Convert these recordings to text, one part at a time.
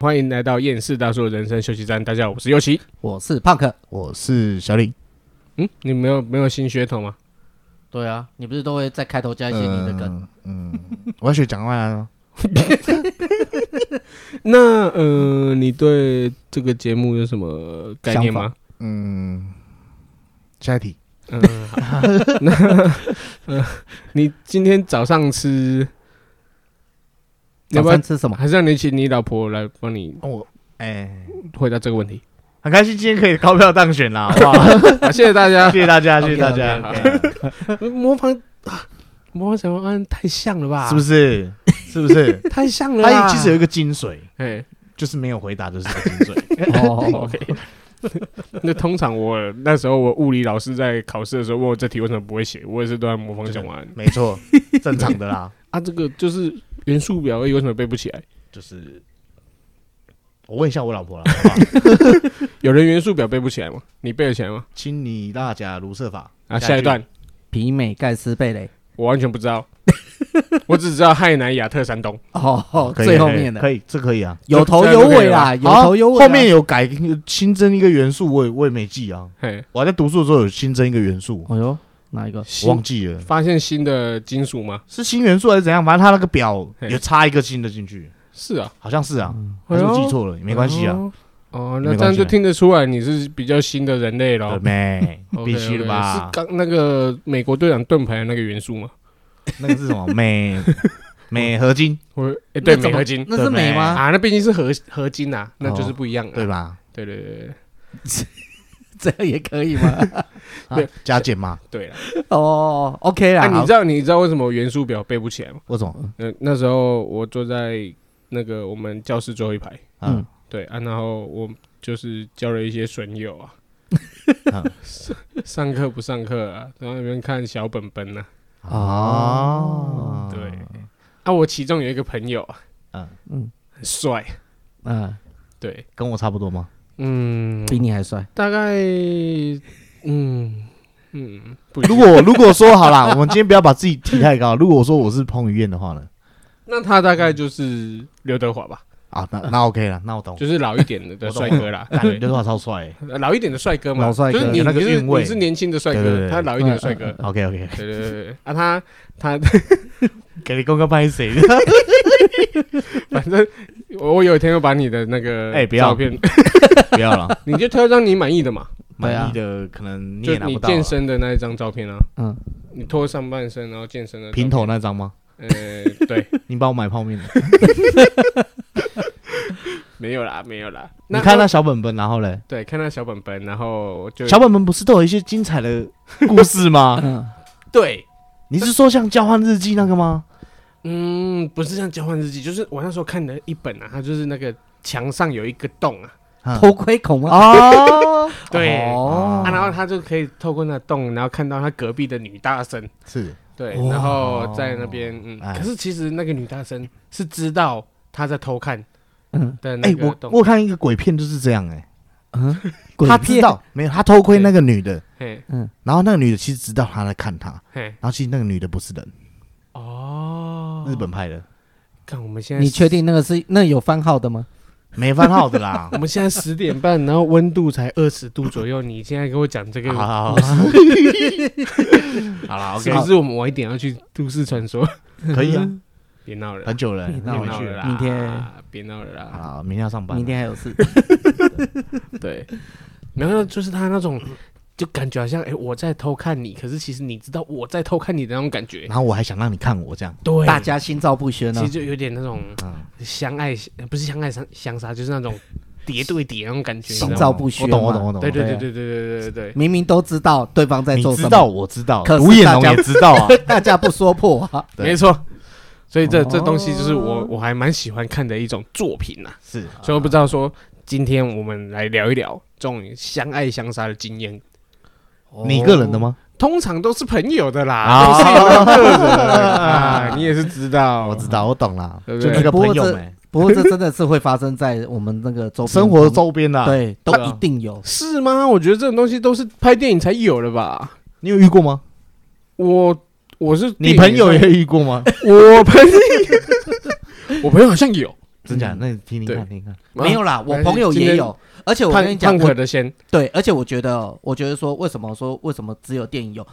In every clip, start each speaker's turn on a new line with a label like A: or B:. A: 欢迎来到厌世大叔的人生休息站。大家好，我是尤奇。
B: 我是胖克。
C: 我是小李。
A: 嗯，你没有没有新噱头吗？
B: 对啊，你不是都会在开头加一些你的梗？
C: 嗯，我要学讲话了。
A: 那呃，你对这个节目有什么概念吗？
C: 嗯，下一题。
A: 嗯，好。那呃，你今天早上吃，你要
B: 早
A: 不要
B: 餐？吃什么？
A: 还是让你请你老婆来帮你
B: 哦
C: 我哎、
A: 回答这个问题。
C: 很开心今天可以高票当选啦，好 不好？
A: 好，谢谢大家
C: 谢。谢大家，谢谢大家哎
A: OK，OK，模仿啊模仿小王安太像了吧？
C: 是不
A: 是
C: 是？是不是？
A: 太像了
B: 啊
A: 啦？
C: 他其实有一个精髓，
A: 哎
C: 就是没有回答就是个精 髓。
B: 哦，
A: ，OK。那通常我那时候我物理老师在考试的时候问我这题为什么不会写，我也是都在模仿小王安
C: 没错，正常的啦。
A: 啊。这个就是元素表而已，为什么背不起来？
C: 就是我问一下我老婆啦， 好不好？
A: 有人元素表背不起来吗？你背得起来吗？
C: 清理大甲如设法
A: 啊，下一段
B: 皮美盖斯贝雷。
A: 我完全不知道， 我只知道亥南亚特山东。
B: 哦，
C: 可以
B: 最后面的
C: 可以，这可以啊。
B: 有头有尾啦，有头有尾啊
C: 好
B: 啦。
C: 后面有改新增一个元素，我也我也没记啊。
A: 嘿，
C: 我还在读书的时候有新增一个元素，
B: 哎呦，哪一个？
C: 我忘
A: 新
C: 记了
A: 发现新的金属吗？
C: 是新元素还是怎样，反正他那个表
A: 嘿
C: 有插一个新的进去，
A: 是啊，哎
C: 好像是啊，还是我记错了，也没关系啊，
A: 哦。哦，
C: 没
A: 那
C: 关
A: 这样
C: 系
A: 就
C: 啊
A: 听得出来你是比较新的人类
C: 对
A: 咯。
C: 没
A: OK，
C: 呃必须
A: OK，是
C: 的吧？
A: 刚那个美国队长盾牌的那个元素吗？
C: 那个是 什么？镁镁合金
A: 我诶，哎对，
B: 那怎
A: 镁
B: 么
A: 合金
B: 那是美吗？
A: 啊，那毕竟是合合金呐，那就是
B: 哦
A: 不一样啊。
C: 对吧？
A: 对对对对
B: 这样也可以吗？
C: 加减嘛？
A: 对了。
B: 哦，OK
A: 啊，
B: 啦。
A: 你
B: 好
A: 知道你知道为什么元素表背不起来吗？
C: 为什么？
A: 嗯，那时候我坐在那个我们教室最后一排，
C: 嗯
B: 嗯，
A: 对啊，然后我就是交了一些损友 啊，
C: 啊
A: 上课不上课啊，然后那边看小本本呐。
C: 哦，
A: 对，啊，我其中有一个朋友啊，
C: 嗯
B: 嗯
A: 很帅，
B: 嗯，
A: 对，
C: 跟我差不多吗？
A: 嗯，
B: 比你还帅。
A: 大概，嗯嗯，不一定
C: 如果如果说好 啦，我们今天不要把自己提太高。如果我说我是彭于晏的话呢？
A: 那他大概就是刘德华吧，
C: 啊，那那 OK 了，哦那我懂。
A: 就是老一点的的帅哥啦，
C: 干
A: 对
C: 刘，德华超帅 欸。
A: 呃老一点的帅哥嘛，
B: 老帅哥
A: 就是你
C: 有那个
A: 你是
C: 韵味
A: 你是年轻的帅
C: 对对
A: 哥，
C: 对嗯
A: 他老一点的帅哥，
C: OK OK，
A: 对对对对，啊，他他
C: 给你公个拍 谁？
A: 反正我我有一天会把你的那个
C: 哎不要
A: 照片，
C: 不要了，
A: 你就挑一张你满意的嘛，
B: 对啊
C: 满意的可能 你
A: 就
C: 也拿
A: 你
C: 不到啊。
A: 健身的那一张照片啊，
B: 嗯，
A: 你脱上半身然后健身的照片
C: 平头，那张吗？
A: 呃，对，
C: 你帮我买泡面了。
A: 没有啦，没有啦，哦
C: 你看那小本本，然后嘞，
A: 对看他小本本，然后就
C: 小本本不是都有一些精彩的故 事吗？
B: 嗯，
A: 对。
C: 你是说像交换日记那个吗？
A: 嗯，不是像交换日记，就是我那时候看的一本啊，它就是那个墙上有一个洞啊，
B: 偷窥孔吗？
C: 啊，
A: 对
B: 哦
A: 啊，然后他就可以透过那洞，然后看到他隔壁的女大生，
C: 是
A: 对，
B: 哇
A: 然后在那边，嗯，
C: 哎
A: 可是其实那个女大生是知道他在偷看
B: 嗯
A: 的那
C: 哎，
A: 个
C: 我
A: 洞，
C: 我看一个鬼片就是这样哎，
A: 啊
B: 嗯，
C: 他
B: 鬼片
C: 知道没有？他偷窥那个女的，
A: 嘿，
C: 然后那个女的其实知道他在看他，
A: 嘿，
C: 然后其实那个女的不是人，
A: 哦，
C: 日，本拍的，
A: 看我们现在，
B: 你确？定那个是那有番号的吗？
C: 没番号的啦
A: 我。们现在十点半，然后温度才二十度左右，你现在给我讲这
C: 好
A: 个，
C: 好好，好了
A: 是
C: ，OK，
A: 不是我们晚一点要去都市传说？
C: 可以啊，
A: 别闹了啦
C: 很。久了，
B: 别
A: 别
B: 那我
C: 回
A: 闹
C: 去
A: 了
C: 了。
A: 啦，
B: 明天
A: 别闹了啦。
C: 好，啊明天要上班了，
B: 明天还有事。
A: 对，没有，就是他那种，就感觉好像哎、诶我在偷看你，可是其实你知道我在偷看你的那种感觉。
C: 然后我还想让你看我这样，
A: 对，
B: 大家心照不宣
A: 其
B: 啊呢
A: 实。就有点那种
C: 嗯，
A: 相爱，呃不是相爱相相杀，就是那种叠对叠那种感觉。你知道
B: 心
A: 吗
B: 照不宣
C: 我
B: 嘛
C: 懂，我懂，我懂。
A: 对对对
B: 对啊
A: 对对对对对对。
B: 明明都知道对方在
C: 你
B: 做什
C: 知
B: 么，
C: 道，我知道，
B: 可是
C: 独眼龙
B: 大家
C: 也知道啊。
B: 大家不说破 啊。
C: 对
A: 没错。所以这这
B: 哦
A: 东西就是我我还蛮喜欢看的一种作品呐、
C: 是，
A: 所以我不知道说今天我们来聊一聊这种相爱相杀的经验，
C: 你一个人的吗？
A: 通常都是朋友的啦，
C: 啊
A: 都是有那个人的啊，你也是知道，
C: 我知道，我懂啦，
A: 对
C: 就
A: 不对
C: 那个
B: 不
C: 朋
B: 过
C: 友
B: 这
C: 们，
B: 不过这真的是会发生在我们那个周边
C: 生活周边的，，
B: 对都
A: 对啊
B: 一定有。
A: 是吗？我觉得这种东西都是拍电影才有的吧。
C: 你有遇过吗？
A: 我我是
C: 你
A: 电
C: 朋
A: 影嗯
C: 友
A: 上
C: 也遇过吗？
A: 我朋友，我朋友好像有，
C: 真假？那你听听看，
A: 对
C: 听听看。
B: 没有啦，我
A: 但是
B: 朋友
A: 哎今
B: 也
A: 天
B: 有，而且我跟你
A: 胖
B: 讲，
A: 胖
B: 我
A: 可的先，
B: 对，而且我觉得哦，我觉得说为什么说为什么只有电影有，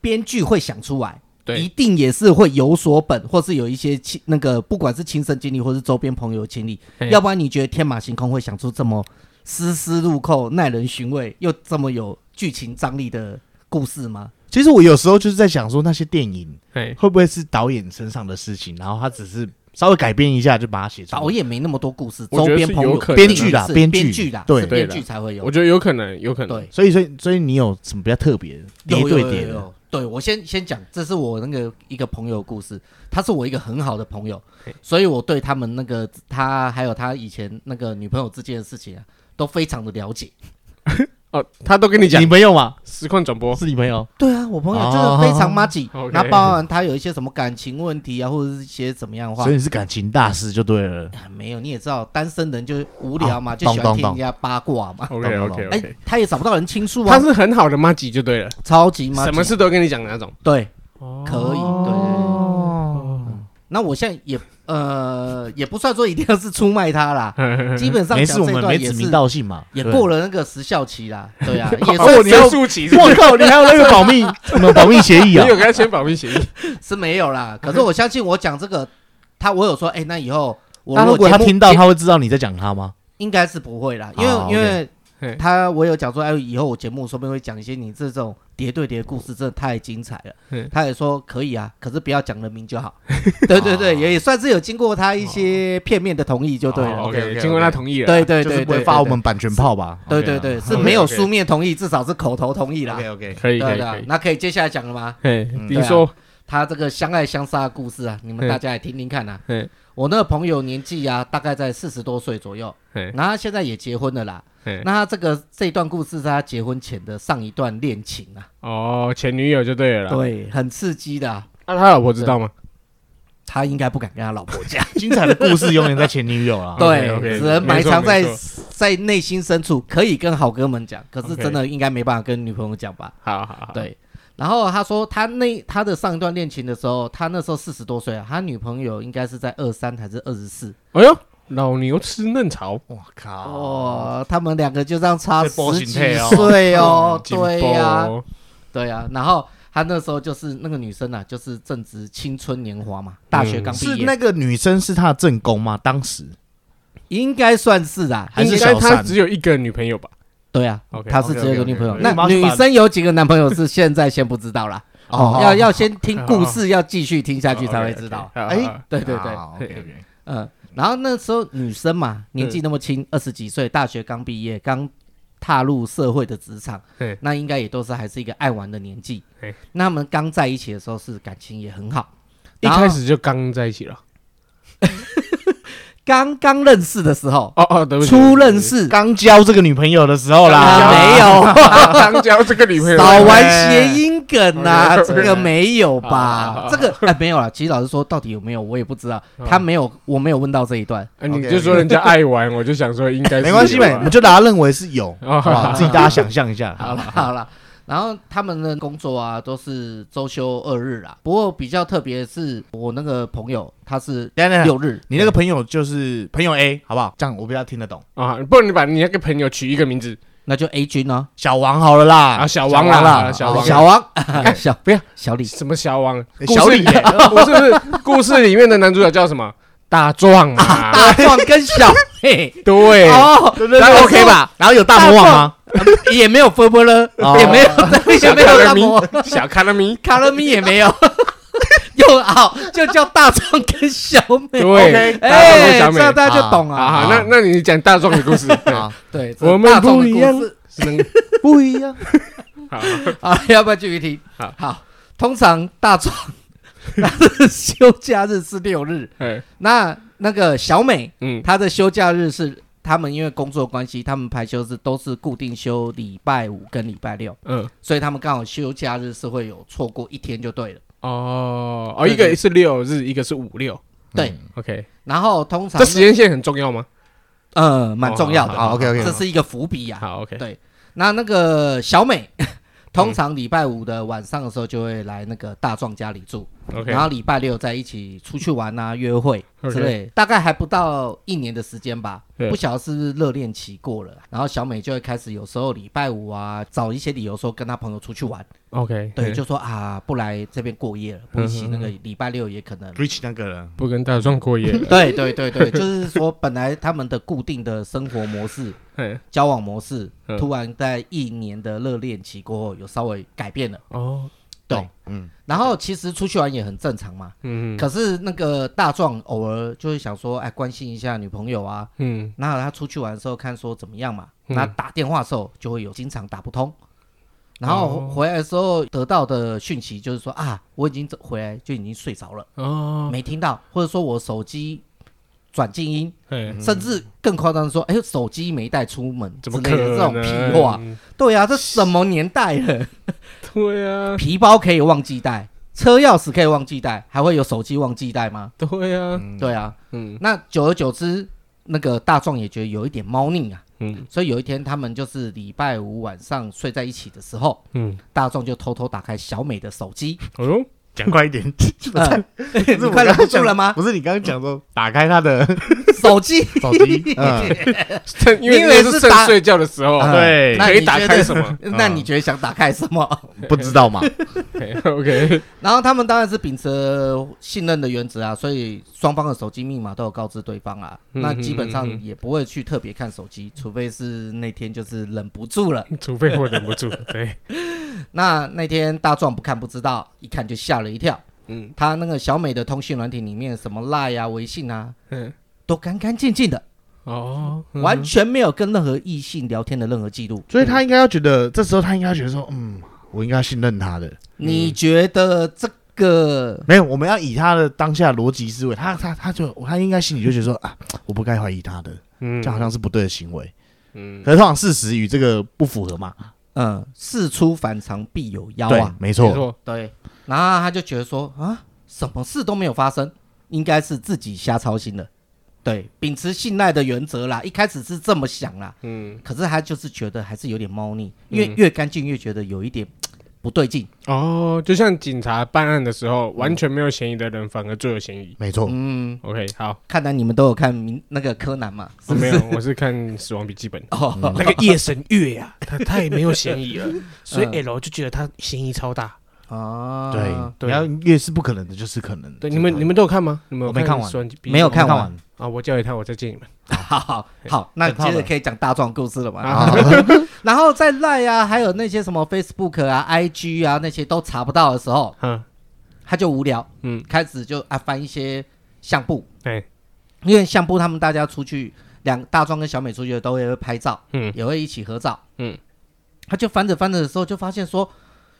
B: 编剧会想出来，一
A: 对
B: 定也是会有所本，或是有一些亲那个，不管是亲身经历或是周边朋友经历，
A: 嘿
B: 要不然你觉得天马行空会想出这么丝丝入扣、耐人寻味又这么有剧情张力的故事吗？
C: 其实我有时候就是在想说，那些电影
A: 哎，
C: 会不会是导演身上的事情，然后他只是稍微改编一下就把它写出来。
B: 导演没那么多故事，
A: 我
B: 周
A: 觉得
B: 边
A: 是
B: 朋
A: 有
B: 友
A: 可能
C: 编剧啦
B: 是
C: 编剧
B: 编剧啦，
C: 对
B: 是
A: 对
B: 编剧才会有
A: 我。觉得有可能，有可能，
B: 对，
C: 所以，所以，所以你有什么比较特别的叠
B: 有
C: 对
B: 有
C: 叠
B: 有
C: 的？
B: 有对我先先讲，这是我那个一个朋友的故事，他是我一个很好的朋友
A: 嘿，
B: 所以我对他们那个他还有他以前那个女朋友之间的事情啊，都非常的了解。
A: 哦，他都跟你讲
C: 你朋友吗？
A: 实况转播，
C: 是你朋友？
B: 对啊，我朋友就是非常 m a g
A: 哦，OK
B: 那包含他有一些什么感情问题啊，或者是一些怎么样的话
C: 所以，你是感情大师就对了。
B: 哎没有你也知道，单身人就是无聊嘛，
C: 啊
B: 就喜欢
C: 懂懂
B: 听人家八卦嘛。
A: OK
C: 懂
A: OK
B: 哎
A: OK，，
B: 他也找不到人倾诉啊
A: 他，是很好的妈吉就对了，
B: 超级 m a
A: 什么事都跟你讲的那种，
B: 对，可以，对对对对。
C: 哦，
B: 那我现在也呃也不算说一定要是出卖他 啦，基本上
C: 没
B: 讲
C: 事，我
B: 这
C: 们
B: 段
C: 没
B: 也
C: 指
B: 是
C: 名道姓嘛，
B: 也
C: 对
B: 过了那个时效期啦，对啊，也
A: 哦，
B: 算
A: 你
B: 是
A: 要竖起是不是，
C: 我靠，你还有那个保 密什么保密协
A: 你
C: 议啊？
A: 有跟他签保密协议，
B: 是没有啦。可是我相信我讲这个，他我有说，哎，那以后我
C: 那如果
B: 节
C: 他
B: 目
C: 听到，
B: 节
C: 他会知道你在讲他吗？
B: 应该是不会啦，因
C: 哦
B: 为
C: ，OK
B: 因为
A: 嘿
B: 他我有讲说，哎，以后我节目说不定会讲一些你这种叠对叠的故事，真的太精彩了
A: 嗯。
B: 他也说可以啊，可是不要讲人名 就好。对对
A: 哦
B: 对，也也算是有经过他一些片面的同意 就对了。
A: o k
C: OK，OK，OK
A: 哦经过他同意了，
B: 对对
C: 就是
B: 对
C: 不会
B: 对，
C: 发我
B: 对
C: 们版权 炮吧？
B: 对对对，是
A: 啊 OK，啊
B: 没有
A: OK
B: 书面同意，至少是口头同意啦。
C: OK OK，
A: 可以
B: 对
A: 可
B: 啊
A: 以
B: 对
A: 可
B: 啊
A: 以，，
B: 那可以接下来讲了吗？
A: 嘿，
C: 嗯
A: 你说，
B: 他这个相爱相杀的故事啊，你们
A: 嗯
B: 大家也听听看啊。
A: 嘿，
B: 我那个朋友年纪啊，大概在四十多岁左右，
A: 嘿，
B: 然后他现在也结婚了啦。
A: 嘿，
B: 那他这个这一段故事是他结婚前的上一段恋情啊，
A: 哦，前女友就对了啦，
B: 对，很刺激的啊。
A: 那他老婆知道吗？
B: 他应该不敢跟他老婆讲，
C: 精彩的故事永远在前女友啊。
B: 对
A: OK，OK，
B: 只能埋藏在
A: 没错没
B: 在内心深处，可以跟好哥们讲，可是
A: OK
B: 真的应该没办法跟女朋友讲吧。
A: 好好好，
B: 对，然后他说他那他的上一段恋情的时候，他那时候四十多岁啊，他女朋友应该是在二三还是二十四
A: 哎呦，老牛吃嫩草，
C: 我靠，
B: 哦，他们两个就这样差
C: 这
B: 十
C: 波
B: 几
C: 形态哦
B: 岁哦，
A: 嗯紧
B: 对
A: 绷
B: 呀、
A: 哦
B: 对呀、然后他那时候就是那个女生啊，就是正值青春年华
A: 嗯
B: 嘛，大学刚毕
C: 是
B: 业，
C: 那个女生是他的正宫吗？当时
B: 应该算是啊，
C: 还是
A: 应该
C: 小
A: 他
C: 三
A: 只有一个女朋友吧？
B: 对啊。
A: 哎 OK，
B: 他是只有一个女朋友，
A: OK，OK，OK，
B: 那
C: 妈是
B: 女
C: 把
B: 生有几个男朋友是现在先不知道啦。哦，要要先听故事，要继续听下去才会知道。
A: 好。好
C: 哎
A: 好
B: 对对对，
C: 对，
B: 嗯，然后那时候女生嘛，年纪那么
A: 嗯
B: 轻，二十几岁，大学刚毕业，刚踏入社会的职场
A: 对，
B: 那应该也都是还是一个爱玩的年纪
A: 对。
B: 那他们刚在一起的时候是感情也很好，
A: 一
B: 然后
A: 开始就刚在一起了。
B: 刚刚认识的时候，
A: 哦哦，对不起，
B: 初认识，
C: 刚交这个女朋友的时候
B: 啊
C: 啦，
B: 没有，
A: 刚交这个女朋友，
B: 少玩谐音梗呐、
A: 对
B: 这个没有吧
A: 好好好？
B: 这个哎没有了。其实老实说，到底有没有我也不知道，
A: 嗯
B: 他没有，我没有问到这一段。
A: 啊你就说人家爱玩，我就想说应该是
C: 没关系
A: 有吧啊
C: 呗，我们就把它认为是有，
A: 哦
C: 好不好自己大家想象一下。
B: 好了好了，然后他们的工作啊都是周休二日啦。不过比较特别的是，我那个朋友他是
C: 等一下等一下，
B: 六日，
C: 哎你那个朋友就是朋友 A，好不好？这样我比较听得懂。
A: 啊，不然你把你那个朋友取一个名字
B: 那就 A 君哦，
C: 小王好了啦，
A: 啊小王啦啊小王
B: 小王 小
A: 不要
B: 小李
A: 什么小王
C: 哎小李
A: 故事里不是不是故事里面的男主角叫什么大壮嘛？
B: 大壮跟小妹
A: 哎对，
B: 哦，
C: 对对
B: 然后
C: 对
B: OK 吧？
C: 然后有大魔王吗？
B: 也没有波波了，
C: 哦
B: 也没有 也
A: 小
B: 没有
A: 卡
B: 大
A: 拉米
B: 魔王，
A: 小卡拉米，
B: 卡乐咪也没有。 又好，就叫大壮跟小美。
A: 对，大壮跟
B: 哎，
A: 小
B: 这
A: 美。
B: 样大家就
C: 啊
B: 懂
A: 好
B: 啊。
A: 好，那那你讲大壮的故事，对
C: 啊，
B: 对，这
A: 我
B: 大
A: 们
B: 壮
A: 不
B: 的
A: 一
B: 故
A: 样
B: 事，
A: 是能
C: 不一样。
A: 好
B: 啊，要不要继续听？
A: 好
B: 通常大壮他的休假日是六日，
A: 哎
B: 那那个小美
A: 嗯
B: 她的休假日是他们因为工作关系，他们排休是都是固定休礼拜五跟礼拜六，
A: 嗯
B: 所以他们刚好休假日是会有错过一天就对了。
A: 哦哦，一个是六日，一个是五六
B: 对，
A: ，OK，
B: 然后通常
A: 这时间线很重要吗？
B: 呃蛮重要的，
A: 哦好好
C: 好，OK，OK
B: 这是一个伏笔呀、
A: 好，OK，嗯
B: 那那 个小美。通常礼拜五的晚上的时候就会来那个大壮家里住，
A: OK，
B: 然后礼拜六再一起出去玩啊、约会之类大概还不到一年的时间吧，
A: 对
B: 不晓得是不是热恋期过了。然后小美就会开始有时候礼拜五啊，找一些理由说跟她朋友出去玩，
A: OK，
B: 对，
A: 嗯
B: 就说啊不来这边过夜了，不一
A: 嗯嗯
B: 起
A: 嗯
B: 那个礼拜六也可能。
C: reach 那个人，
A: 不跟大壮过夜 了。
B: 对对对 对，就是说本来他们的固定的生活模式、
A: 嘿
B: 交往模式
A: 嗯，
B: 突然在一年的热恋期过后有稍微改变了。
A: 哦，
B: 对
C: 懂，嗯，
B: 然后其实出去玩也很正常嘛，
A: 嗯
B: 可是那个大壮偶尔就会想说，哎，关心一下女朋友啊。
A: 嗯，
B: 那他出去玩的时候看说怎么样嘛，
A: 嗯
B: 那打电话的时候就会有经常打不通，然后
A: 哦
B: 回来的时候得到的讯息就是说啊，我已经走回来就已经睡着了，
A: 哦，
B: 没听到，或者说我手机转静音，
A: 嘿
B: 甚至更夸张的说，哎，手机没带出门之
A: 嗯怎么
B: 类
A: 可
B: 的
A: 能？
B: 这种屁话。对啊，这什么年 代了？
A: 对啊，
B: 皮包可以忘记带，车钥匙可以忘记带，还会有手机忘记带吗？
A: 对啊，
B: 对啊，
A: 嗯
B: 那久而久之，那个大壮也觉得有一点猫腻啊，
A: 嗯
B: 所以有一天他们就是礼拜五晚上睡在一起的时候，
A: 嗯，
B: 大壮就偷偷打开小美的手 机，
A: 哦哟，
C: 讲快一点，
B: 嗯、
C: 你
B: 你快忍不住了吗？
C: 不是你刚刚讲说打开他的
B: 手机，
C: 手 机，嗯，
A: 趁因
B: 你以
A: 为那
B: 为是
A: 是趁
B: 打
A: 睡觉的时候，啊
B: 嗯
C: 对
B: 那
A: 可
B: 你
A: 以打
B: 觉
A: 开
B: 得
A: 什 么嗯
B: 那你觉得想打开什么？
C: 不知道嘛？
A: 嘿？OK，
B: 然后他们当然是秉持信任的原则啊，所以双方的手机密码都有告知对方啊。
A: 嗯
B: 那基本
A: 嗯嗯
B: 上也不会去特别看手机，除非是那天就是忍不住了。
A: 除非我忍不住，对，
B: 那那天大壮不看不知道，一看就吓了一跳。
A: 嗯
B: 他那个小美的通讯软体里面，什么 Line 啊、微信啊，
A: 嗯，
B: 都干干净净的，
A: 哦，嗯
B: 完全没有跟任何异性聊天的任何记录。
C: 所以他应该要觉得，这时候他应该要觉得说，嗯，我应该要信任他的。
A: 嗯
B: 你觉得这个？
C: 没有，我们要以他的当下逻辑思维，他他他就他应该心里就觉得说啊，我不该怀疑他的，
A: 嗯
C: 这好像是不对的行为。
A: 嗯
C: 可是通常事实与这个不符合嘛？
B: 嗯，事出反常必有妖
C: 对
B: 啊，。
C: 没
A: 没
C: 错，
A: 错，
B: 对，然后他就觉得说啊，什么事都没有发生，应该是自己瞎操心了。对，秉持信赖的原则啦，一开始是这么想啦，
A: 嗯
B: 可是他就是觉得还是有点猫腻，越
A: 嗯
B: 越干净越觉得有一点不对劲。
A: 哦，就像警察办案的时候，完全没有嫌疑的人反而最有嫌疑。
C: 没错，
B: 嗯，
A: OK，好，
B: 看来你们都有看明那个柯南嘛？
A: 我没有，我是看《死亡笔记本》
B: 哦，
A: 那个夜神月呀， 他太没有嫌疑了，所以
B: 嗯
A: L 就觉得他嫌疑超大。
B: 啊，
C: 对，
A: 对
C: 你要越是不可能的，就是可能的。
A: 对，你们你们都有看吗？你们有
C: 我没看完
A: 死亡笔记本》
B: 没有
C: 我没看
B: 看
C: 完
B: 完，
A: 啊？我叫一趟，我再见你们。
B: 好好
A: 哎
B: 好，那接着可以讲大壮故事了嘛？
A: 啊
B: 好然后在赖啊，还有那些什么 Facebook 啊、IG 啊那些都查不到的时候，
A: 哈，
B: 他就无聊，
A: 嗯，
B: 开始就啊翻一些相簿，
A: 哎，
B: 因为相簿他们大家出去，两大壮跟小美出去都会拍照，
A: 嗯
B: 也会一起合照，
A: 嗯，
B: 他就翻着翻着的时候就发现说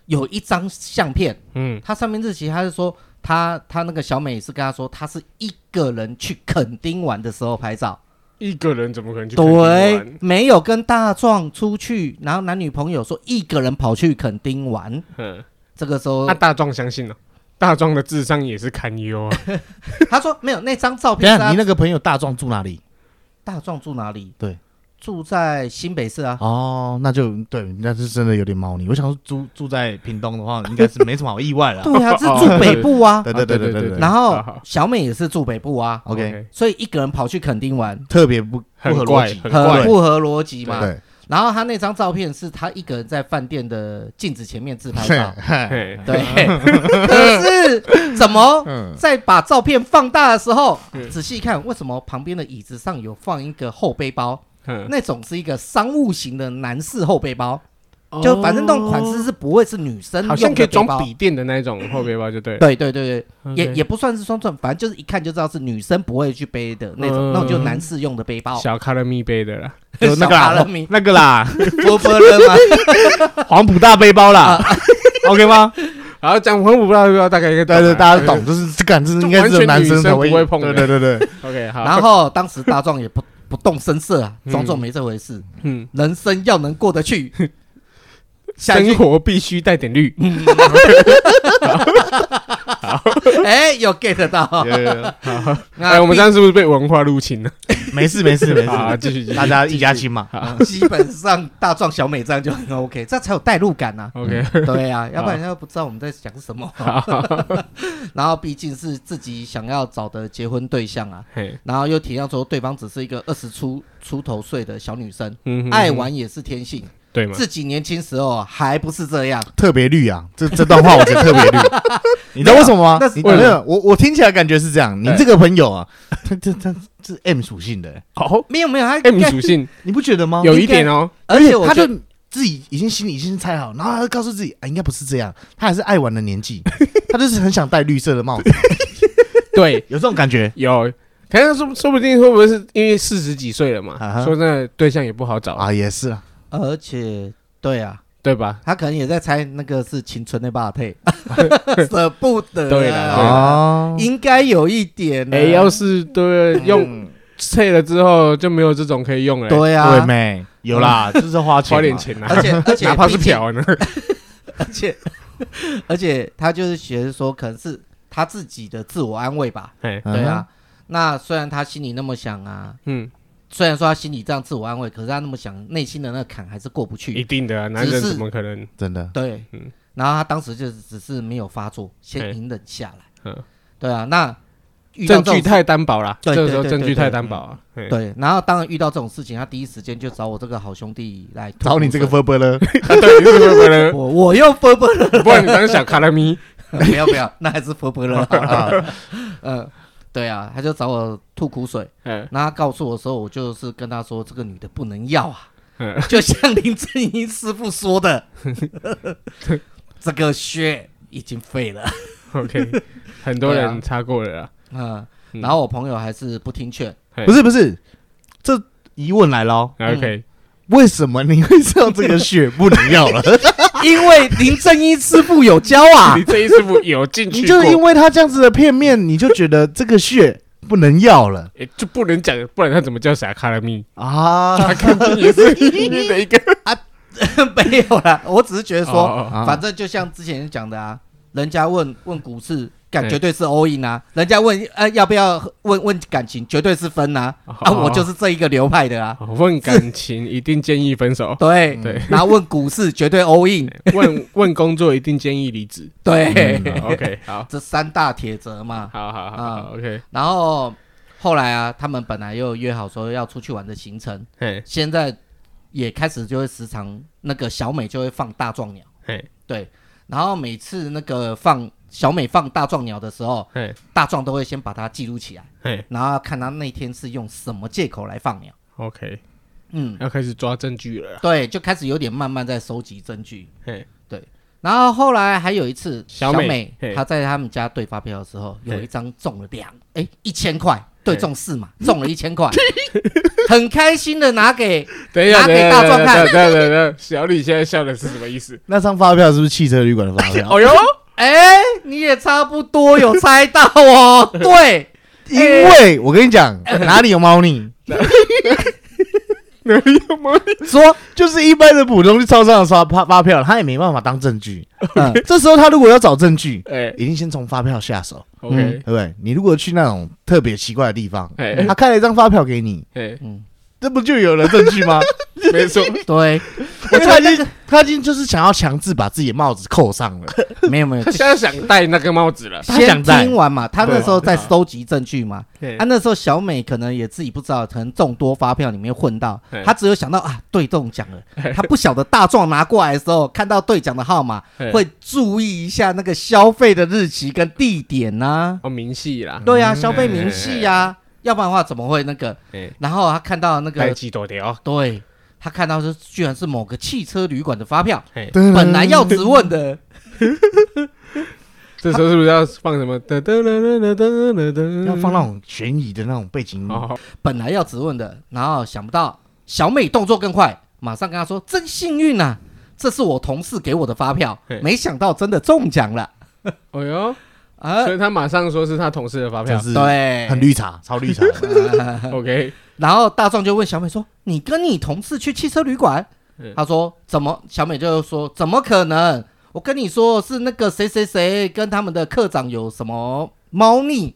B: 有一张相片，
A: 嗯，
B: 它上面日期他是说他他那个小美是跟他说他是一个人去垦丁玩的时候拍照，
A: 一个人怎么可能去垦丁玩？
B: 对，没有跟大壮出去，然后男女朋友说一个人跑去垦丁玩，
A: 嗯，
B: 这个时候
A: 那大壮相信了，大壮的智商也是堪忧啊。
B: 他说没有那张照
C: 等一
B: 片是
C: 下，
B: 他
C: 你那个朋友大壮住哪里？
B: 大壮住哪里？
C: 对，
B: 住在新北市啊。
C: 哦，那就对，那是真的有点猫腻。我想说住住在屏东的话，应该是没什么好 意外了。
B: 对啊，是住北部啊。
C: 对对对对对对。
B: 然
A: 好
B: 后
A: 好
B: 小美也是住北部啊，
C: OK，
B: 所以一个人跑去垦丁玩，
C: 特别不不合
A: 很
C: 逻
A: 怪，
C: 辑，
A: 很
B: 很
A: 怪。
B: 不合逻辑嘛。
C: 对，
B: 然后他那张照片是他一个人在饭店的镜子前面自拍照，
C: 嘿
A: 嘿
B: 对。 可是怎么
C: 嗯，
B: 在把照片放大的时候
A: 嗯，
B: 仔细看，为什么旁边的椅子上有放一个后背包？
A: 嗯
B: 那种是一个商务型的男士后背包，
C: 哦
B: 就反正那种款式是不会是女生
A: 好
B: 用
A: 像可
B: 的
A: 以
B: 背
A: 装
B: 包。
A: 笔电的那一种后背包，就对了。
B: 对对对对，也
A: OK
B: 也不算是双钻，反正就是一看就知道是女生不会去背的那种，
A: 嗯
B: 那种就男士用的背 包。
A: 小卡拉咪杯的啦。
C: 就那个
A: 啊
B: 小卡
C: 啦
B: 勒米，
C: 那个啦，
B: 波波勒吗？
C: 黄埔大背包
A: 啊
C: 啦，OK 吗？
A: 然后讲黄埔不知道不知道大概一个
C: 对对，大家懂，就是这感，就是应该只有男生才
A: 就完全女生不会碰
C: 对
A: 的
C: 对对对，
A: OK 好。
B: 然后当时大壮也不不动声色啊，
A: 嗯
B: 装作没这回事。
A: 嗯，
B: 人生要能过得去，下一
A: 生
B: 句
A: 活必须带点绿。
B: 哎，有 get 到。
C: 对对对
A: 哎，
B: 那
A: 我们这样是不是被文化入侵了？
C: 对没事没事没
A: 好 啊，
C: 事，
A: 继续继续
C: 大家一家亲嘛。
A: 好
B: 呃基本上大壮小美这样就很 OK，这样才有代入 感啊。
A: ，OK，
B: 对啊，要不然人家不知道我们在讲什么。 然后毕竟是自己想要找的结婚对象啊，
A: 嘿，
B: 然后又体谅说对方只是一个二十出出头岁的小女生，
A: 嗯哼
B: 爱玩也是天性，
A: 对吗？
B: 自己年轻时候啊还不是这样。
C: 特别绿啊，这这段话我觉得特别绿， 你知道为什么吗？
B: 那是
C: 你没有，我我听起来感觉是这样，你
A: 对
C: 这个朋友啊，他他他是 M 属性的，
A: 哦
B: 没有没有，他
A: ，M 属性
C: 你不觉得吗？
A: 有一点哦，
B: 而且我
C: 他
B: 觉
C: 就
B: 得
C: 自己已经心里已经猜好，然后他就告诉自己啊，应该不是这样，他还是爱玩的年纪， 他就是很想戴绿色的帽子，
A: 对，
C: 有这种感觉
A: 有。可是说说不定会不会是因为四十几岁了嘛
C: 啊哈？
A: 说真的，对象也不好找，
C: 啊，也是啊，
B: 而且对啊，
A: 对吧？
B: 他可能也在猜那个是青春的霸 退，舍不得、啊。
A: 对啦对啦
C: 哦，
B: 应该有一点、啊。
A: 哎，要是对
B: 嗯
A: 用退了之后就没有这种可以用了，
B: 对
C: 对
B: 啊，
C: 妹有 啦，就是花钱嘛，
A: 花点钱啊，
B: 而 且而且
A: 哪怕是
B: 毕
A: 嫖
B: 竟
C: 啊
A: 呢，
B: 而且 而且他就是觉得说，可能是他自己的自我安慰吧。
A: 哎，
C: 嗯，
B: 对啊，那虽然他心里那么想啊，
A: 嗯，
B: 虽然说他心里这样自我安慰，可是他那么想，内心的那个坎还是过不
A: 一
B: 去。
A: 定的啊，男人
B: 嗯只是
A: 怎么可能？
C: 真的
B: 对，
A: 嗯
B: 然后他当时就只是没有发作，先
A: 嗯
B: 隐忍下来。
A: 嗯
B: 对啊，那遇到
A: 证
B: 这
A: 据
B: 种
A: 太单薄啦，
B: 对
A: 这
B: 对
A: 时候
B: 对
A: 证据
B: 对
A: 太
B: 对
A: 单薄啊，嘿
B: 对，然后当然遇到这种事情，他第一时间就找我这个好兄弟来吐
C: 找你这个
B: 苦水
C: verb 了，
A: 啊对，你怎么可能？
B: 我我又分不了，
A: 不然你当小卡拉咪，
B: 不要不要，那还是分不了好了。 嗯，对啊，他就找我吐苦水，
A: 嗯
B: 那他告诉我的时候，我就是跟他说，这个女的不能要啊，
A: 嗯，
B: 就像林正英师傅 说的，这个血已经 废了。
A: OK，很多
B: 对
A: 人
B: 啊
A: 擦过了啦，
B: 嗯，
A: 嗯
B: 然后我朋友还是不听劝，
C: 不是不是，这疑问来了哦，
A: ，OK，
C: 为什么你会知道这个血不能要了？
B: 因为林正英师傅有教啊
A: 你，这一次不有进
C: 你
A: 去
C: 就
A: 过，
C: 因为他这样子的片面，你就觉得这个血不能要了
A: 诶就不能讲，不然他怎么叫小卡拉咪？
C: 啊
A: 他肯定也是里面的一个。
B: 没有啦，我只是觉得说，
A: 哦，
C: 啊
B: 反正就像之前讲的啊，人家问问股市。感
A: 嗯
B: 绝对是 all in 啊！人家问呃要不要问问感情，绝对是分啊！
A: 哦
B: 啊，我就是这一个流派的啊。
A: 哦问感情一定建议分 手，
B: 对
A: 对，
B: 然后问股市绝对 all in，
A: 问问工作一定建议离职。
B: 对，
A: 嗯好 OK，好，
B: 这三大铁则嘛。
A: 好好好好，OK，
B: 然后后来啊，他们本来又约好说要出去玩的行程，
A: 嘿，
B: 现在也开始就会时常那个小美就会放大壮鸟，
A: 嘿，
B: 对，然后每次那个放小美放大壮鸟的时候，
A: 嘿，
B: 大壮都会先把它记录起来，
A: 嘿
B: 然后看他那天是用什么借口来放鸟。
A: ，OK，
B: 嗯，
A: 要开始抓证据了啦。啊
B: 对，就开始有点慢慢在收集证据。
A: 嘿，
B: 然后后来还有一次，
A: 小
B: 小
A: 美
B: 美
A: 嘿
B: 她在他们家对发票的时候，
A: 嘿
B: 有一张中了两哎一千块，对中四嘛，中了一千块， 很开心的拿给
A: 等一下，
B: 拿
A: 等一下，
B: 给大壮
A: 等一下，
B: 看
A: 等一下，等一下，小李现在笑的是什么意思？
C: 那张发票是不是汽车旅馆的 发票？
A: 哦哟，
B: 哎，你也差不多有猜到哦，对，
C: 因为我跟你讲，哪里有猫腻，
A: 哪有吗？
B: 说
C: 就是一般的普通去超商刷发发票，他也没办法当证据。
B: 嗯
C: 这时候他如果要找证据，
A: 哎
C: 一定先从发票下手，
A: ，OK，
C: 对不对？你如果去那种特别奇怪的地方，
A: 哎
C: 他开了一张发票给你，
A: 哎，
B: 嗯，
C: 这不就有了证据吗？
A: 没 错，
B: 对，
C: 因
B: 我觉
C: 为
B: 得
C: 他已
B: 那
C: 经他已经就是想要强制把自己的帽子扣上了，
B: 个没有没有
A: 他，现在想戴那个帽子了。
C: 他想
B: 先
C: 在
B: 听完嘛，他那时候在
A: 对啊
B: 收集证据嘛，
A: 嘿
B: 啊，那时候小美可能也自己不知道，可能众多发票里面混到
A: 嘿，
B: 她只有想到啊，对中奖了。她不晓得大壮拿过来的时候，看到对奖的号码，
A: 嘿
B: 会注意一下那个消费的日期跟地点呐、
A: 哦，明细啦，
B: 对呀、消费明细呀、要不然的话怎么会那个？
A: 嘿
B: 然后她看到那
A: 代
B: 个，
A: 记嗯多条，
B: 对她看到是居然是某个汽车旅馆的发票，
A: 嘿，
C: 嗯
B: 本来要质问的，
A: 这时候是不是要放什么？噔噔噔噔噔噔噔，
C: 要放那种悬疑的那种背景音乐。
A: 哦，
B: 本来要质问的，然后想不到小美动作更快，马上跟她说：“真幸运啊，这是我同事给我的发票
A: 嘿，
B: 没想到真的中奖了
A: 哦哟，
B: 啊
A: 所！”以他马上说是他同事的发
C: 就
A: 票。
C: 是
B: 对，
C: 很绿茶，超绿茶的。
A: OK，
B: 然后大壮就问小美说：“你跟你同事去汽车旅馆
A: 嗯？”
B: 她说：“怎么？”小美就说：“怎么可能？我跟你说是那个谁谁谁跟他们的科长有什么猫腻，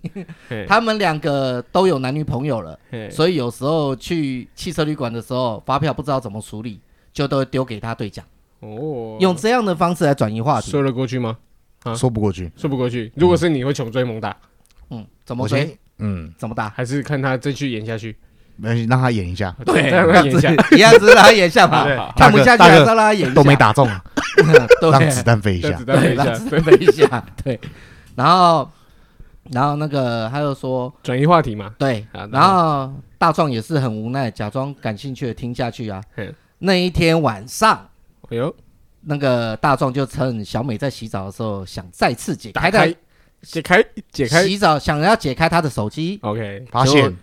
A: 嘿
B: 他们两个都有男女朋友了，
A: 嘿
B: 所以有时候去汽车旅馆的时候，发票不知道怎么处理，就都会丢给他对讲，
A: 哦，
B: 用这样的方式来转移话题。
A: 说得过去吗？啊
C: 说不过去。
A: 说不过去。如果是你会穷追猛打，
B: 嗯，怎么
C: 我
B: 追？
C: 先，嗯，
B: 怎么打？
A: 还是看他再去演下去？
C: 没关系，让他演 一 下，
A: 再让他演一下。
B: 一样子让他演下嘛
A: 对，
B: 看不下去
C: 大
B: 还
C: 哥
B: 是让他演一下，
C: 都没 打中，让子
B: 对，
C: 弹飞一
A: 再
C: 下
A: 子。弹飞
B: 对，
A: 一下
B: 让，
A: 对
B: 自飞一下， 对。然后，然后那个他就说，
A: 转移话题嘛。
B: 对
A: 啊，
B: 然后大壮也是很无奈，假装感兴趣的听下去啊
A: 嗯。
B: 那一天晚上，
A: 哎呦，
B: 那个大壮就趁小美在洗澡的时候，想再次解
A: 打
B: 开
A: 开
B: 她，
A: 解开，解开。
B: 洗澡，想要解开她的手机，
A: OK，
C: 发现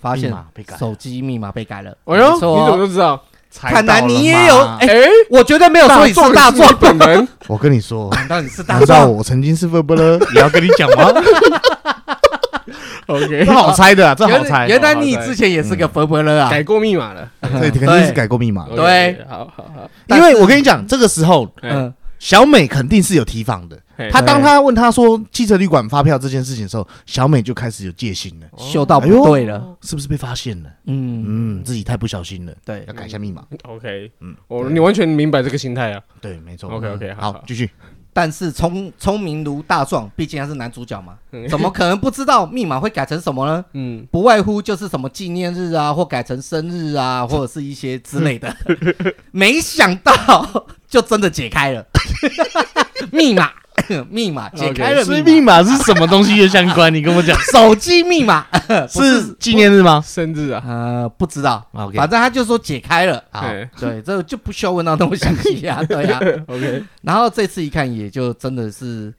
B: 发现
C: 密码被改了
B: 手机密码被改了。
A: 哎呦，
B: 没
A: 你
B: 错哦
A: 怎么都知道？
B: 看来你也有，哎，
A: 哎，
B: 我绝对没有说你是大壮，
A: 本 人，
C: 我跟你说，
B: 难道你是大
C: 难道
B: 壮？
C: 我曾经是不不勒？也要 跟你讲吗？
A: OK，
C: 这好猜的啊，这
B: 原
C: 好
B: 来
C: 猜。
B: 原来你之前也是个佛伯勒啊！
A: 改过密码了。
C: 对，肯定是改过密码的。
B: 对
A: OK，好好好，
C: 因为我跟你讲，这个时候
A: 嗯，
B: 嗯，
C: 小美肯定是有提防的。
A: 嘿
C: 她当她问她说汽车旅馆发票这件事情的时候，小美就开始有戒心了，
B: 嗅到
C: 哎呦
B: 不对
A: 哦
B: 了，
C: 是不是被发现了？
B: 嗯，
C: 嗯，自己太不小心了，
B: 对
C: 要，改一下密码。
A: OK，
C: 嗯
A: 我你完全明白这个心态啊。
C: 对，没错。
A: OK，OK，好
C: 好，继续。
B: 但是聪聪明如大壮，毕竟他是男主角嘛
A: 嗯，
B: 怎么可能不知道密码会改成什么呢？
A: 嗯，
B: 不外乎就是什么纪念日啊，或改成生日啊，或者是一些之类的。 没想到就真的解开 了密码，密码解开了
A: OK，
C: 所以
B: 密
C: 密
B: 码，
C: 码是什么东西的相关？你跟我讲，
B: 手机密 码不
C: 是纪念日吗？
A: 生日啊，
B: 呃不知道，
C: OK
B: 反正他就说解开了。
C: 好，
A: 嘿
B: 对，这就不需要问到那么详细 啊，对啊。
A: OK，
B: 然后这次一看，也就真的是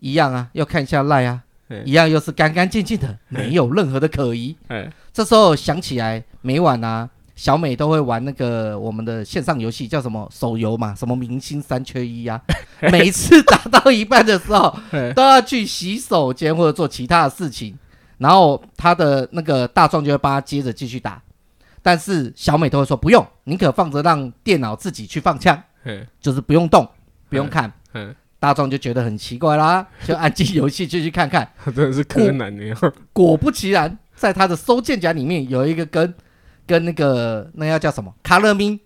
B: 一样啊，要看一下赖啊
A: 对，
B: 一样又是干干净净的，没有任何的可疑。
A: 哎，
B: 这时候想起来，每晚啊，小美都会玩那个我们的线上游戏，叫什么手游嘛，什么明星三缺一啊。每次打到一半的时候，
A: 嘿
B: 都要去洗手间或者做其他的事情，然后他的那个大壮就会帮他接着继续打，但是小美都会说不用，宁可放着让电脑自己去放枪，
A: 嘿
B: 就是不用动，不用看。
A: 嗯，
B: 大壮就觉得很奇怪啦，就按进游戏继续看看。
A: 他真的是柯南那样。
B: 果不其然，在他的收件夹里面有一个跟跟那个那要叫什么卡勒咪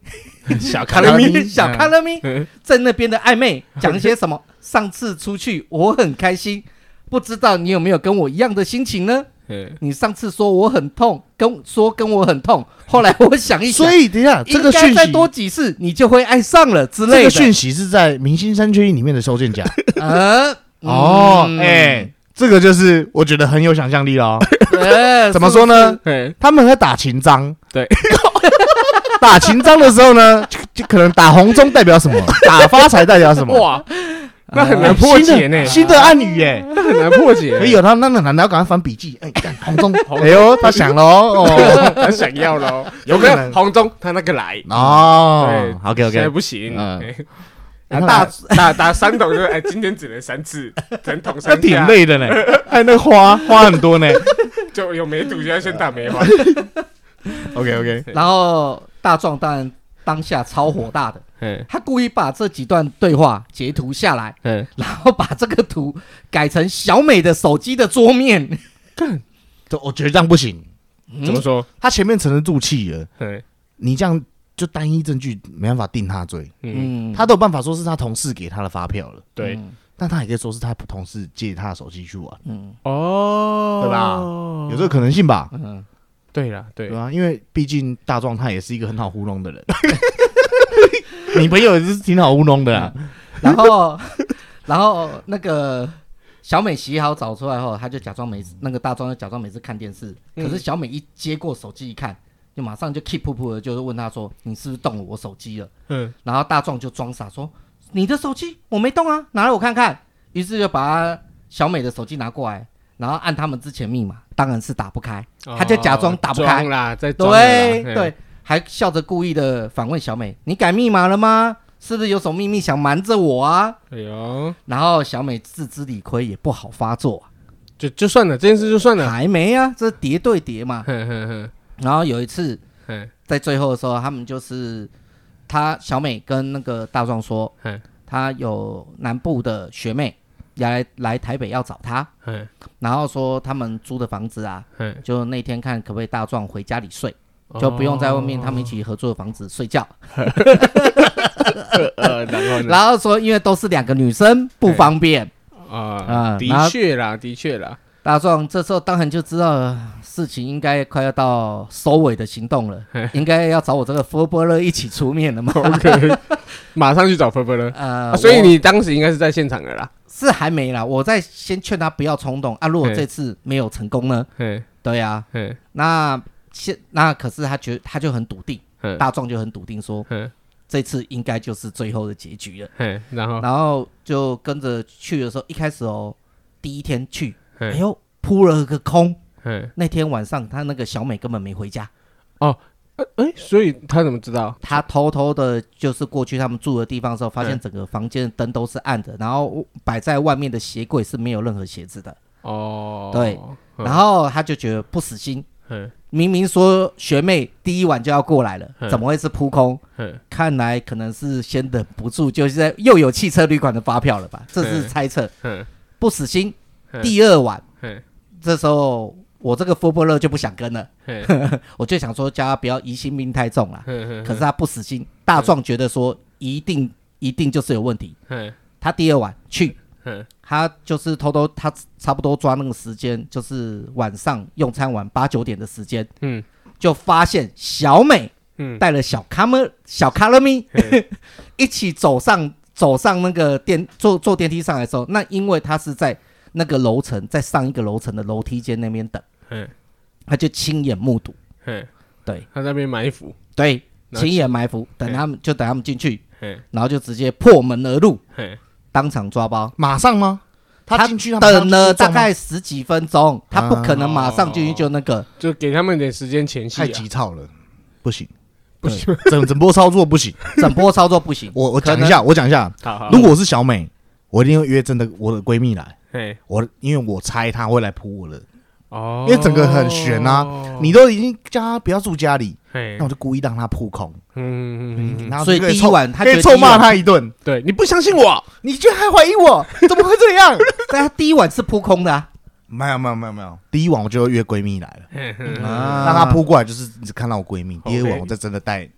A: 小
B: 卡
A: 卡
B: 勒
A: 拉
B: 咪
C: 啊
A: 咪，
B: 小卡勒咪
A: 嗯
B: 在那边的暧昧，讲一些什么？上次出去我很开心，不知道你有没有跟我一样的心情呢？
A: 嗯
B: 你上次说我很痛，跟说跟我很痛，后来我想一想
C: 所，以等一下，这个
B: 应
C: 讯
B: 该再
C: 息，
B: 多几次，你就会爱上了之
C: 这
B: 类
C: 个
B: 的。
C: 讯息是在《明星三缺一》里面的收件夹。
B: 呃，嗯
C: 哦，哎，，这个就是我觉得很有想象力咯。
B: 呃
C: 怎么说？呢？
A: 嘿，
C: 他们在打情章，
A: 对，
C: 打情章的时候呢，就就可能打红中代表什么，打发财代表什么，
A: 哇，
B: 呃
A: 那很
C: 哎，
A: 难破解呢，
C: 新的新的暗语哎，
A: 那很难破 解。
C: 哎，有他那那男的要赶快翻笔记，哎，干红中，哎呦，他想了哦，
A: 他想要喽，有没
C: 有可能
A: 有红中他那个来？哎
C: 哦，OK
A: 现在
C: OK，
A: 不行。
C: 嗯
A: 哎
C: 哎
A: 啊
B: 嗯
C: 他
A: 打打打三桶就是哎，今天只能三次，整桶
C: 那
A: 三
C: 挺
A: 下，
C: 累的 呢，还有哎那花花很 多呢
A: 就有梅毒就要先打梅 花。
C: ，OK OK，
B: 然后大壮当然当下超火大的，
A: 嗯
B: 他故意把这几段对话截图下来，
A: 嗯，
B: 然后把这个图改成小美的手机的桌面。
C: 这我觉得这样不行，
B: 嗯
A: 怎么说？
C: 他前面沉得住气了，
A: 嗯
C: 你这样就单一证据没办法定他罪，
A: 嗯，
B: 嗯
C: 他都有办法说是他同事给他的发票了。
A: 对，
B: 嗯
C: 但他也可以说是他同事借他的手机去玩，
B: 嗯
A: 哦
C: 对吧有这个可能性吧？
B: 嗯，
A: 对啦，对
C: 对，吧？因为毕竟大壮他也是一个很好糊弄的人， 你朋友也是挺好糊弄的啊。
B: 然后 然后那个。小美洗好澡出来后，他就假装没事那个大壮就假装没事看电视。可是小美一接过手机一看，就马上就气噗噗的，就是问他说：“你是不是动了我手机了？”
A: 嗯，
B: 然后大壮就装傻说：“你的手机我没动啊，拿来我看看。”于是就把小美的手机拿过来，然后按他们之前密码，当然是打不开。他就假装打不开
A: 哦装啦，在装
B: 对
A: 了啦
B: 对，，还笑着故意的反问小美：“你改密码了吗？是不是有什么秘密想瞒着我啊
A: 哎呦，？”
B: 然后小美自知理亏，也不好发作啊、
A: 就就算了，这件事就算了。
B: 还没啊，这是叠对叠嘛。
A: 哼哼哼
B: 然后有一次
A: 哼，
B: 在最后的时候，他们就是他小美跟那个大壮说
A: 嗯，
B: 她有南部的学妹，来来台北要找他，
A: 嗯
B: 然后说他们租的房子啊，
A: 嗯，
B: 就那天看可不可以大壮回家里睡，
A: 哦
B: 就不用在外面他们一起合租的房子睡觉。
A: 呃，然后呢？
B: 然后说因为都是两个女生不方便，
A: 啊，
B: 嗯
A: 的
B: 然后
A: 确啦，的确 啦，
B: 大壮这时候当然就知道呃事情应该快要到收尾的行动了，应该要找我这个佛伯勒一起出面了嘛。
A: OK，马上去找菲菲了。
B: 呃
A: 啊，所以
B: 我
A: 你当时应该是在现场的啦。
B: 是还没啦，我在先劝他不要冲动啊。如果
A: 嘿
B: 这次没有成功呢？
A: 嗯
B: 对呀、
A: 嗯
B: 那现那可是他觉他就很笃定，
A: 嗯
B: 大壮就很笃定说
A: 嗯
B: 这次应该就是最后的结局了。
A: 嗯，然后
B: 然后就跟着去的时候，一开始哦，第一天去，哎
A: 嗯
B: 呦扑了个空。
A: 嗯，
B: 那天晚上他那个小美根本没回家，
A: 哎，所以他怎么知道？
B: 他偷偷的就是过去他们住的地方的时候，发现
A: 嗯
B: 整个房间的灯都是暗的，然后摆在外面的鞋柜是没有任何鞋子的。
A: 哦，
B: 对
A: 嗯，
B: 然后他就觉得不死心，
A: 嗯
B: 明明说学妹第一晚就要过来了，
A: 嗯
B: 怎么会是扑空？
A: 嗯
B: 看来可能是先忍不住，就是在又有汽车旅馆的发票了吧？这是
A: 嗯
B: 猜测，
A: 嗯
B: 不死心。
A: 嗯
B: 第二晚，
A: 嗯
B: 这时候我这个佛伯勒就不想跟了，
A: 嗯
B: 我就想说叫他不要疑心病太重啦。
A: 嗯
B: 可是他不死心，大壮觉得说一定一定就是有问题。
A: 嗯
B: 他第二晚去，
A: 嗯
B: 他就是偷偷他差不多抓那个时间，就是晚上用餐完八九点的时间，
A: 嗯
B: 就发现小美
A: 嗯，
B: 带了小卡们小卡勒咪
A: 嘿
B: 一起走上走上那个电坐坐电梯上来的时候，那因为他是在那个楼层，在上一个楼层的楼梯间那边等，
A: 嗯
B: 他就亲眼目睹，
A: 嗯，
B: 对
A: 他在那边埋伏，
B: 对，
A: 那
B: 亲眼埋伏，等他们就等他们进去，
A: 嗯
B: 然后就直接破门而入，
A: 嗯
B: 当场抓包。
C: 马上吗？他进去他马上
B: 等了
C: 就撞
B: 大
C: 吗
B: 概十几分钟，他不可能马上进去
A: 哦
B: 就那个，
A: 就给他们一点时间前戏
C: 太
A: 啊。
C: 急躁了，不行，
A: 不
C: 行，整 整波操作不行。
B: 整波操作不行。
C: 我我
B: 可
C: 讲
B: 能
C: 一下，我讲一下，
A: 好好，
C: 如果我是小美，我一定会约真的我的闺蜜来，
A: 嘿
C: 我因为我猜她会来扑我的。
A: 哦，
C: 因为整个很悬啊哦你都已经叫她不要住家里，
A: 嘿
C: 那我就故意让她扑空，
A: 嗯嗯嗯嗯嗯，
C: 然后
B: 所以
C: 就可
B: 第一
C: 臭
B: 晚他
C: 可
B: 觉
C: 以
B: 得
C: 臭骂
B: 第一晚
C: 她一顿，
A: 对，你不相信我，
C: 你居然还怀疑我，怎么会这样？
B: 但他第一晚是扑空的啊，
C: 没有没有没有没有，第一晚我就约闺蜜来了，
B: 啊
C: 让她扑过来，就是只看到我闺蜜。
A: OK
C: 第二晚我再真的带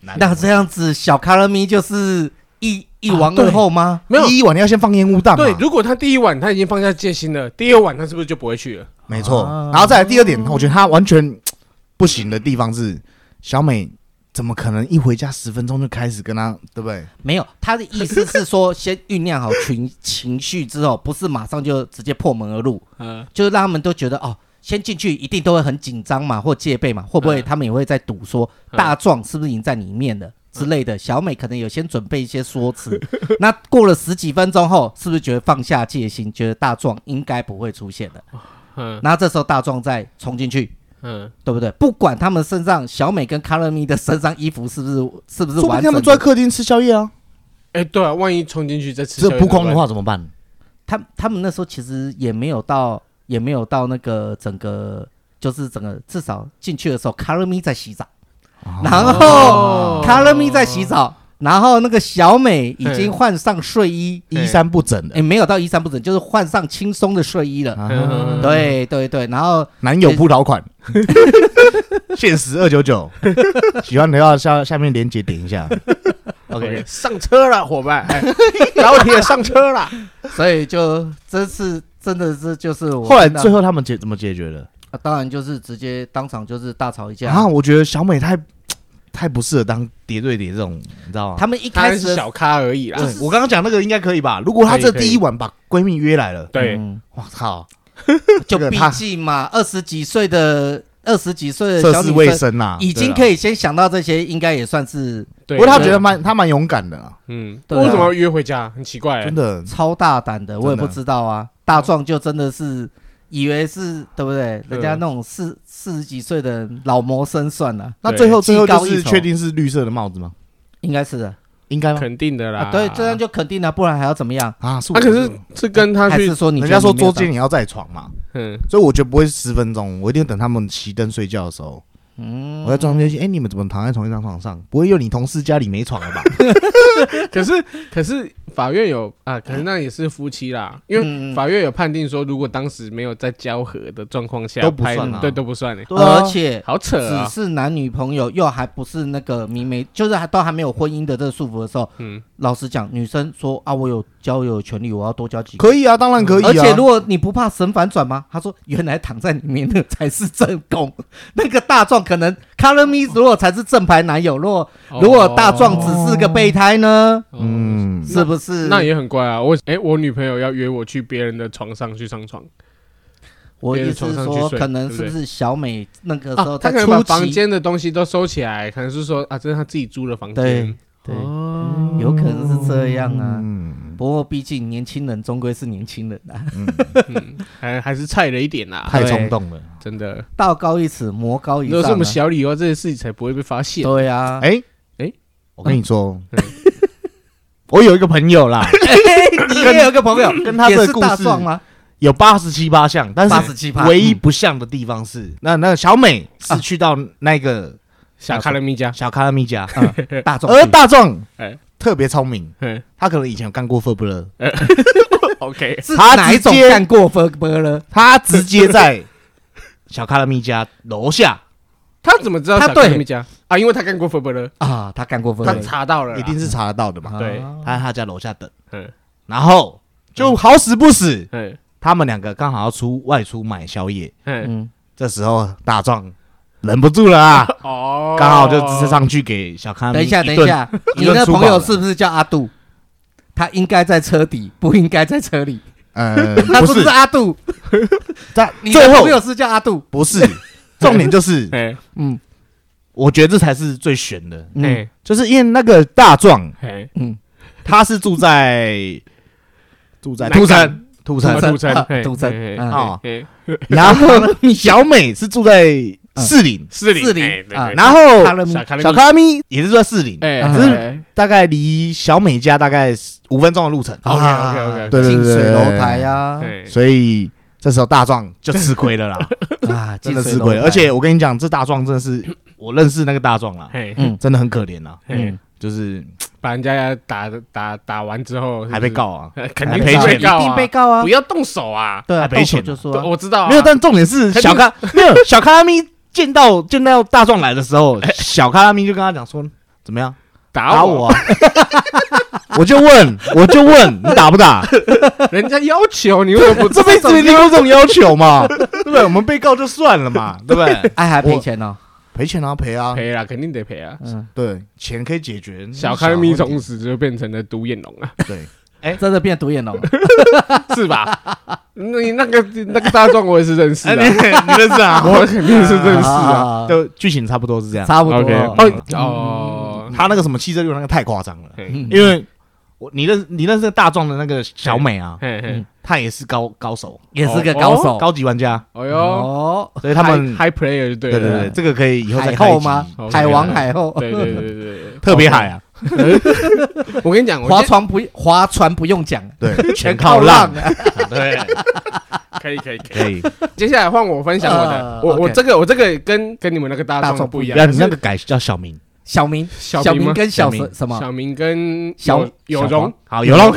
C: 男的，
B: 那这样子，小卡拉咪就是一一
A: 啊
B: 王
A: 对
B: 二后吗？
A: 没有
C: 第一晚你要先放烟雾弹嘛，
A: 对，如果他第一晚他已经放下戒心了，第二晚他是不是就不会去了？
C: 没错
B: 啊。
C: 然后再来第二点，我觉得他完全不行的地方是，小美怎么可能一回家十分钟就开始跟他，对不对？
B: 没有，他的意思是说，先酝酿好情 情绪之后，不是马上就直接破门而入，
A: 嗯
B: 就是让他们都觉得哦，先进去一定都会很紧张嘛，或戒备嘛，会不会
A: 嗯
B: 他们也会在赌说
A: 嗯
B: 大壮是不是已经在里面
C: 嗯
B: 了之类的？小美可能有先准备一些说辞， 那过了十几分钟后，是不是觉得放下戒心，觉得大壮应该不会出现了？
A: 嗯
B: 然后这时候大壮再冲进去，
A: 嗯，
B: 对不对？不管他们身上小美跟卡乐咪的身上衣服是不是是不是
C: 说不
B: 完整
C: 定他
B: 的，
C: 们坐在客厅吃宵夜啊。
A: 哎，对啊，万一冲进去再吃，
C: 这扑空的，话怎么办？
B: 他他们那时候其实也没有到，也没有到那个整个，就是整个至少进去的时候，卡乐咪在洗澡，然后
A: 哦
B: 卡乐咪在洗澡，然后那个小美已经换上睡衣，
A: 对
C: 衣衫不整的，
B: 也没有到衣衫不整，就是换上轻松的睡衣
A: 嗯
B: 了。
C: 啊
B: 对对对，然后
C: 男友扑倒款，限时二九九，喜欢的要下下面链接点一下。
A: OK，上车了，伙伴，哎老铁上车了。
B: 所以就这次真的是就是我
C: 后来
B: 看到
C: 最后他们解怎么解决的？
B: 啊当然就是直接当场就是大吵一架。
C: 啊，我觉得小美太太不适合当叠对叠这种，你知道吗？
B: 他们一
A: 他
B: 开始
A: 是
B: 的
A: 小咖而已啦。
C: 对我刚刚讲那个应该可以吧？如果她这第一晚把闺蜜约来了，
A: 对，
B: 嗯
C: 我 操，
B: 就
C: 这个
B: 毕
C: 他
B: 竟嘛，二十几岁的二十几岁的
C: 涉
B: 小
C: 世
B: 女
C: 未
B: 生，
C: 深啊呐，
B: 已经
C: 以。
B: 可以先想到这些，应该也算是
A: 对
C: 不过她觉
A: 对
C: 得蛮她蛮勇敢的啦，
A: 嗯，
B: 对啊
A: 为什么要约回家？很奇怪欸
C: 真。的。
B: 超大胆的。我也
C: 真的
B: 不知道啊，大壮就真的是以为是对不
C: 啊
B: 对？人家那种四四十几岁的老谋深算了，
C: 那最后最
B: 对
C: 后就
B: 技高一
C: 是
B: 筹
C: 确定是绿色的帽子吗？
B: 应该是的。
C: 应该吗？
A: 肯定的啦
B: 啊，。对，这样就肯定了，不然还要怎么样？
C: 啊，
A: 啊，
C: 是我
A: 可是是跟他
B: 还
A: 去
B: 是，说你
C: 人
B: 觉
C: 家
B: 得
C: 说
B: 你没有
C: 捉奸也要在床嘛，
A: 嗯，
C: 所以我觉得不会十分钟，我一定等他们熄灯睡觉的时候，
B: 嗯
C: 我在装进去。哎，你 们怎么躺在同一张床上？不会又你同事家里没床了吧？
A: 可是可是法院有啊，可能那也是夫妻啦，因为
B: 嗯，
A: 法院有判定说，如果当时没有在交合的状况下
C: 都不
A: 拍
C: 算啊
A: 对，都不算欸
C: 对啊
B: 而且
A: 好扯
B: 只
A: 啊！
B: 是男女朋友，又还不是那个明媒，就是还都还没有婚姻的这个束缚的时候，
A: 嗯，
B: 老实讲，女生说啊，我有交友权利，我要多交几个。
C: 可以啊，当然可以啊。
B: 而且如果你不怕神反转吗？他说，原来躺在里面的才是正宫， 那个大壮可能 c o l o r Me 如果才是正牌男友，如果、如果大壮只是个备胎呢，
A: 哦，
C: 嗯，
B: 是不是？
A: 那也很怪啊。我哎，我女朋友要约我去别人的床上去上床，
B: 我意思
A: 别人床
B: 是
A: 上
B: 说，
A: 去睡
B: 可能
A: 对
B: 是
A: 不
B: 不
A: 对
B: 是小美那个时候
A: 啊，他
B: 在
A: 可能
B: 初
A: 把房
B: 期，
A: 间的东西都收起来，可能是说啊，这是他自己租的房
B: 对
A: 间。
B: 对，
A: 哦
B: 有可能是这样啊。
C: 嗯，
B: 不过毕竟年轻人终归是年轻人啊，
A: 嗯还还是菜了一点啦，
C: 太冲动了。
A: 真的。
B: 道高一尺，魔高一
A: 如果
B: 丈、
A: 是我
B: 啊
A: 们。小李的话，这些事情才不会被发现。
B: 对啊，
C: 哎
A: 哎，
C: 我跟你说
A: 嗯，
C: 我有一个朋友啦，
B: 你也有一个朋友，
C: 跟他
B: 也
C: 这
B: 是
C: 个故
B: 大
C: 事
B: 壮吗？
C: 有八十七八项，但
B: 八嗯啊
C: 是
B: 十七趴，
C: 唯一不像的地方是，那那小美是去到那个
A: 小卡拉米加，
C: 小卡拉米家，
B: 嗯啊大壮
C: 而
B: 去
C: 大壮
A: 哎
C: 特别聪明，
A: 嗯
C: 他可能以前有干过 f 不勒，
B: 哎
A: ，OK，
B: 是
C: 他
B: 哪一种
C: 直接
B: 干过分波了？
C: 他直 接在小卡拉米家楼下，
A: 他怎么知道
B: 他
A: 小卡拉
B: 对
A: 米加啊？因为他干过 f 伯勒，
B: 啊，他干过分
A: 他
B: 了，
A: 查到了啦，
C: 一定是查得到的嘛。
B: 啊
A: 对
C: 他在他家楼下等，
A: 嗯
C: 然后就好死不死，
A: 嗯
C: 他们两个刚好要出外出买宵夜，
A: 嗯，
B: 嗯，
C: 这时候大壮忍不住了啊，
A: 哦，
C: 刚好就直接上去给小卡拉米
B: 等一下，等一
C: 一顿
B: 下，
C: 一
B: 你
C: 顿
B: 那
C: 粗
B: 朋
C: 暴
B: 友
C: 了
B: 是不是叫阿杜？他应该在车底，不应该在车 里。
C: 呃，
B: 他
C: 不
B: 是不
C: 是
B: 是，阿杜？
C: 在
B: 你
C: 最
B: 的
C: 后
B: 朋友是叫阿杜？
C: 不是，重点就是，
A: 哎
B: 嗯
C: 我觉得这才是最悬的，
B: 嗯，
A: 哎
C: 就是因为那个大壮
A: 哎，
C: 他是住在住在
A: 南
C: 土
A: 港
C: 城，土城
A: 什么，土城
B: 啊
A: 嘿
B: 土城
A: 嘿嘿
B: 啊
C: 哦
A: 嘿嘿
C: 然后 小美是住在士林，
A: 士林
B: 士林
A: 哎对
B: 啊
A: 对
C: 然后
B: 卡勒米
A: 小卡拉
C: 小
A: 米，
C: 咖咪也是住在士林，
A: 哎
B: 嗯
C: 只是
A: 哎
C: 大概离小美家大概五分钟的路程，
A: OK，OK，OK，
B: 啊
C: 对对对
B: 近水
C: 对
B: 楼
C: 对对
B: 台啊，
A: 哎
C: 所以这时候大壮就吃亏 了啦，
B: 啊，
C: 真
B: 近
C: 的
B: 水
C: 吃
B: 楼
C: 亏了。
B: 台
C: 而且我跟你讲，这大壮真的是我认识那个大壮啦，
A: 嘿
B: 嗯
C: 真的很可怜啦，
A: 嘿
B: 嗯，
C: 就是
A: 把人家打打打完之后是不是
C: 还被，告啊，
A: 哎 肯
B: 还
A: 定
C: 赔
A: 是被
C: 钱
A: 告
B: 一定
A: 啊
B: 被，告啊
A: 不，要动手啊！
B: 对啊，
C: 还赔
B: 动手
C: 钱
B: 就说
A: 对
B: 啊
A: 我知道啊，
C: 没有，但重点是
A: 肯定
C: 小咖 没有小咖拉咪见到见到大壮来的时候，小咖拉咪就跟他讲说怎么样
A: 打
C: 打
A: 我
C: 我，啊， 我就问我就问你打不 打？
A: 人家要求你为什么不
C: 这辈子一定有这种要 求嘛，对不对？我们被告就算了嘛，对不对？
B: 哎，还
C: 我
B: 赔钱哦，
C: 赔钱啊赔啊，
A: 赔啦？肯定得赔啊！
B: 嗯，
C: 对，钱可以解决
A: 小卡拉米
C: 小问
A: 从
C: 题
A: 此就变成了独眼龙啊，
C: 对，
B: 真的变独眼龙了，
A: 是吧？你那个那个大壮我也是认识
C: 哎
A: 的
C: 你， 你认 识啊？
A: 我肯定 是认识啊。
B: 啊，
C: 就剧情差不多是这样。
B: 差不多
A: OK，
B: 了，
A: 哦哦，
C: 他那个什么汽车六那个太夸张了，
A: 嘿
B: 嗯
C: 因为我你认你认识大壮的那个小美啊，
A: 嘿嘿，
C: 她也是高高手，
B: 也是个高手，
C: 高级玩家，
A: 哎呦，
B: 哦，
C: 所以他们
A: high high player 就对
C: 对对
A: 了
C: 对，，这个可以以后再
B: 海
C: 开一
B: 后
C: 集
B: 吗
A: 好？
B: 海王
A: 对
B: 海后，
A: 对 对对对对，
C: 特别海啊，
A: 我跟你讲，我
B: 划
A: 现
B: 船不划船不用讲，
C: 对， 全
B: 靠
C: 靠浪，
B: 啊，
C: 对，
A: 可以可以可以。
C: 可以。
A: 接下来换我分享我的，
B: 呃
A: 我我
B: OK
A: 这个我这个跟跟你们那个大
B: 大
A: 壮
B: 壮
A: 不一样
C: 然，后你那
A: 是
C: 个改叫小明，
B: 小明
A: 小
B: 小
A: 明
B: 明
A: 吗
B: 跟
C: 小
B: 小
C: 明
B: 什什么
A: 小明跟
B: 小
A: 有有
C: 小
A: 容
C: 黄好有龙，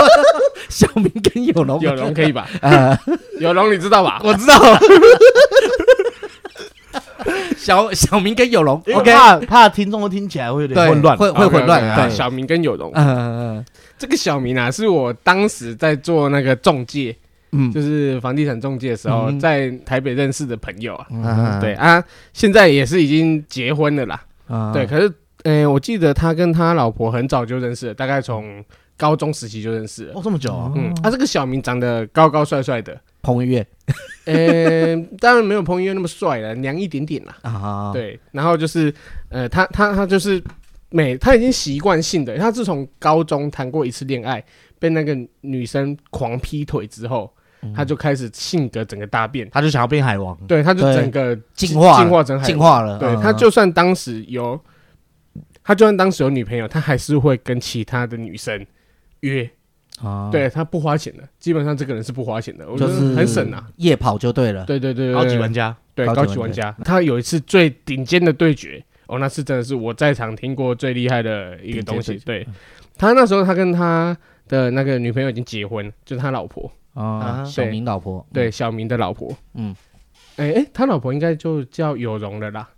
B: 小明跟有龙
A: 有容可 以吧？
B: 呃，
A: 有容你知道吧？
B: 我知道。 小小明跟有龙
A: 哎
C: 因为
B: ，OK，
C: 怕怕听众会听起来会有点
B: 对，
C: 混乱，
B: 会会混乱，
A: OK，OK，OK，
B: 对，
A: 啊小明跟有容，
B: 呃，
A: 这个小明啊，是我当时在做那个中介，
B: 嗯
A: 就是房地产中介的时候，
B: 嗯
A: 在台北认识的朋友啊。
B: 嗯，
A: 对啊，现在也是已经结婚了啦。
B: 啊
A: 对，，可是，诶，我记得他跟他老婆很早就认识了，大概从高中时期就认识了。
C: 哦这么久啊，
A: 嗯，他、这个小明长得高高帅帅 的，
B: 彭于晏
A: 呃，当然没有彭于晏那么帅了，娘一点点啦。
B: 啊，，
A: 对，然后就是，呃，他他他就是每他已经习惯性的，他自从高中谈过一次恋爱，被那个女生狂劈腿之后，
B: 嗯
A: 他就开始性格整个大变。
C: 他就想要变海王，
A: 对，他就
B: 对
A: 整个
B: 进化了
A: 进化成海
B: 进
A: 王。
B: 化了，
A: 对
B: 嗯
A: 他就算当时有，他就算当时有女朋友，他还是会跟其他的女生约。
B: 啊，
A: 对他不花钱的，基本上这个人是不花钱的，我觉
B: 就
A: 得
B: 是嗯
A: 很省啊。
B: 夜跑就对了，
A: 对对对，对
C: 高级玩家，
A: 对
B: 高级
A: 高级玩
B: 玩
A: 家，他有一次最顶尖的对决，哦，那是真的是我在场听过最厉害的一个东西
C: 顶尖。
A: 对他那时候，他跟他的那个女朋友已经结婚，就是他老婆，
B: 啊，
C: 啊，
B: 小明老婆，
A: 对小明的老婆。
B: 嗯，
A: 哎、哎、他老婆应该就叫有容了啦。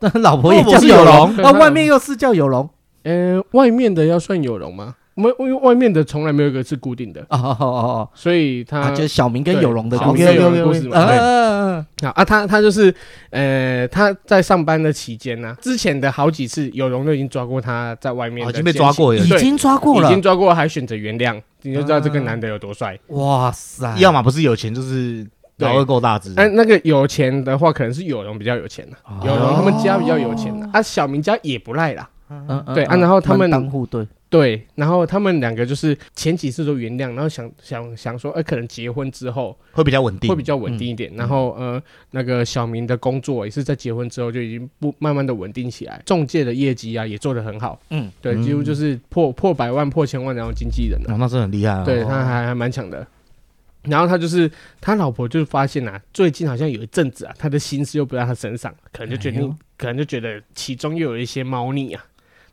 B: 那 老婆也
C: 老
B: 叫
C: 婆是
B: 有
C: 有
B: 容，
A: 容
B: 哦，外面又是叫有容，
A: 呃，外面的要算有容吗？我们因为外面的从来没有一个是固定的，
B: 哦哦哦哦，
A: 所以他、
B: 啊，就是小明跟
A: 对
B: 有容的
A: 小
B: 故
A: 明
B: 事
A: 跟
C: 有
A: 有
C: 容
A: 容的故事嘛。对
B: 啊，
A: 啊啊，他他就是呃，他在上班的期间呢、之前的好几次有容就已经抓过他在外面、
C: 哦已经被抓过了
B: 已经抓过
A: 已
B: 了
A: 经，抓过，还选择原谅，你就知道这个男的有多帅。
B: 哇塞，
C: 要么不是有钱，就是
A: 对
C: 老二够大只。
A: 哎、那个有钱的话，可能是有容比较有钱的、
B: 哦
A: 有容他们家比较有钱的、啊，小明家也不赖啦。
B: 嗯嗯
A: 对啊
B: 嗯
A: 然后他们
B: 门当户对，
A: 对，然后他们两个就是前几次都原谅，然后想想想说，哎、可能结婚之后
C: 会比较稳定，
A: 会比较稳定一
B: 嗯
A: 点。然后呃，那个小明的工作也是在结婚之后就已经不慢慢的稳定起来，中介的业绩啊也做得很好，
B: 嗯，
A: 对，几乎就是破破百万、破千万然后经纪人了、
C: 哦，那真的很厉害啊。
A: 对
B: 哦
A: 他还还蛮强的。然后他就是他老婆就发现啊，最近好像有一阵子啊，他的心思又不在他身上，可能就决
B: 哎
A: 定，
B: 呦
A: 可能就觉得其中又有一些猫腻啊。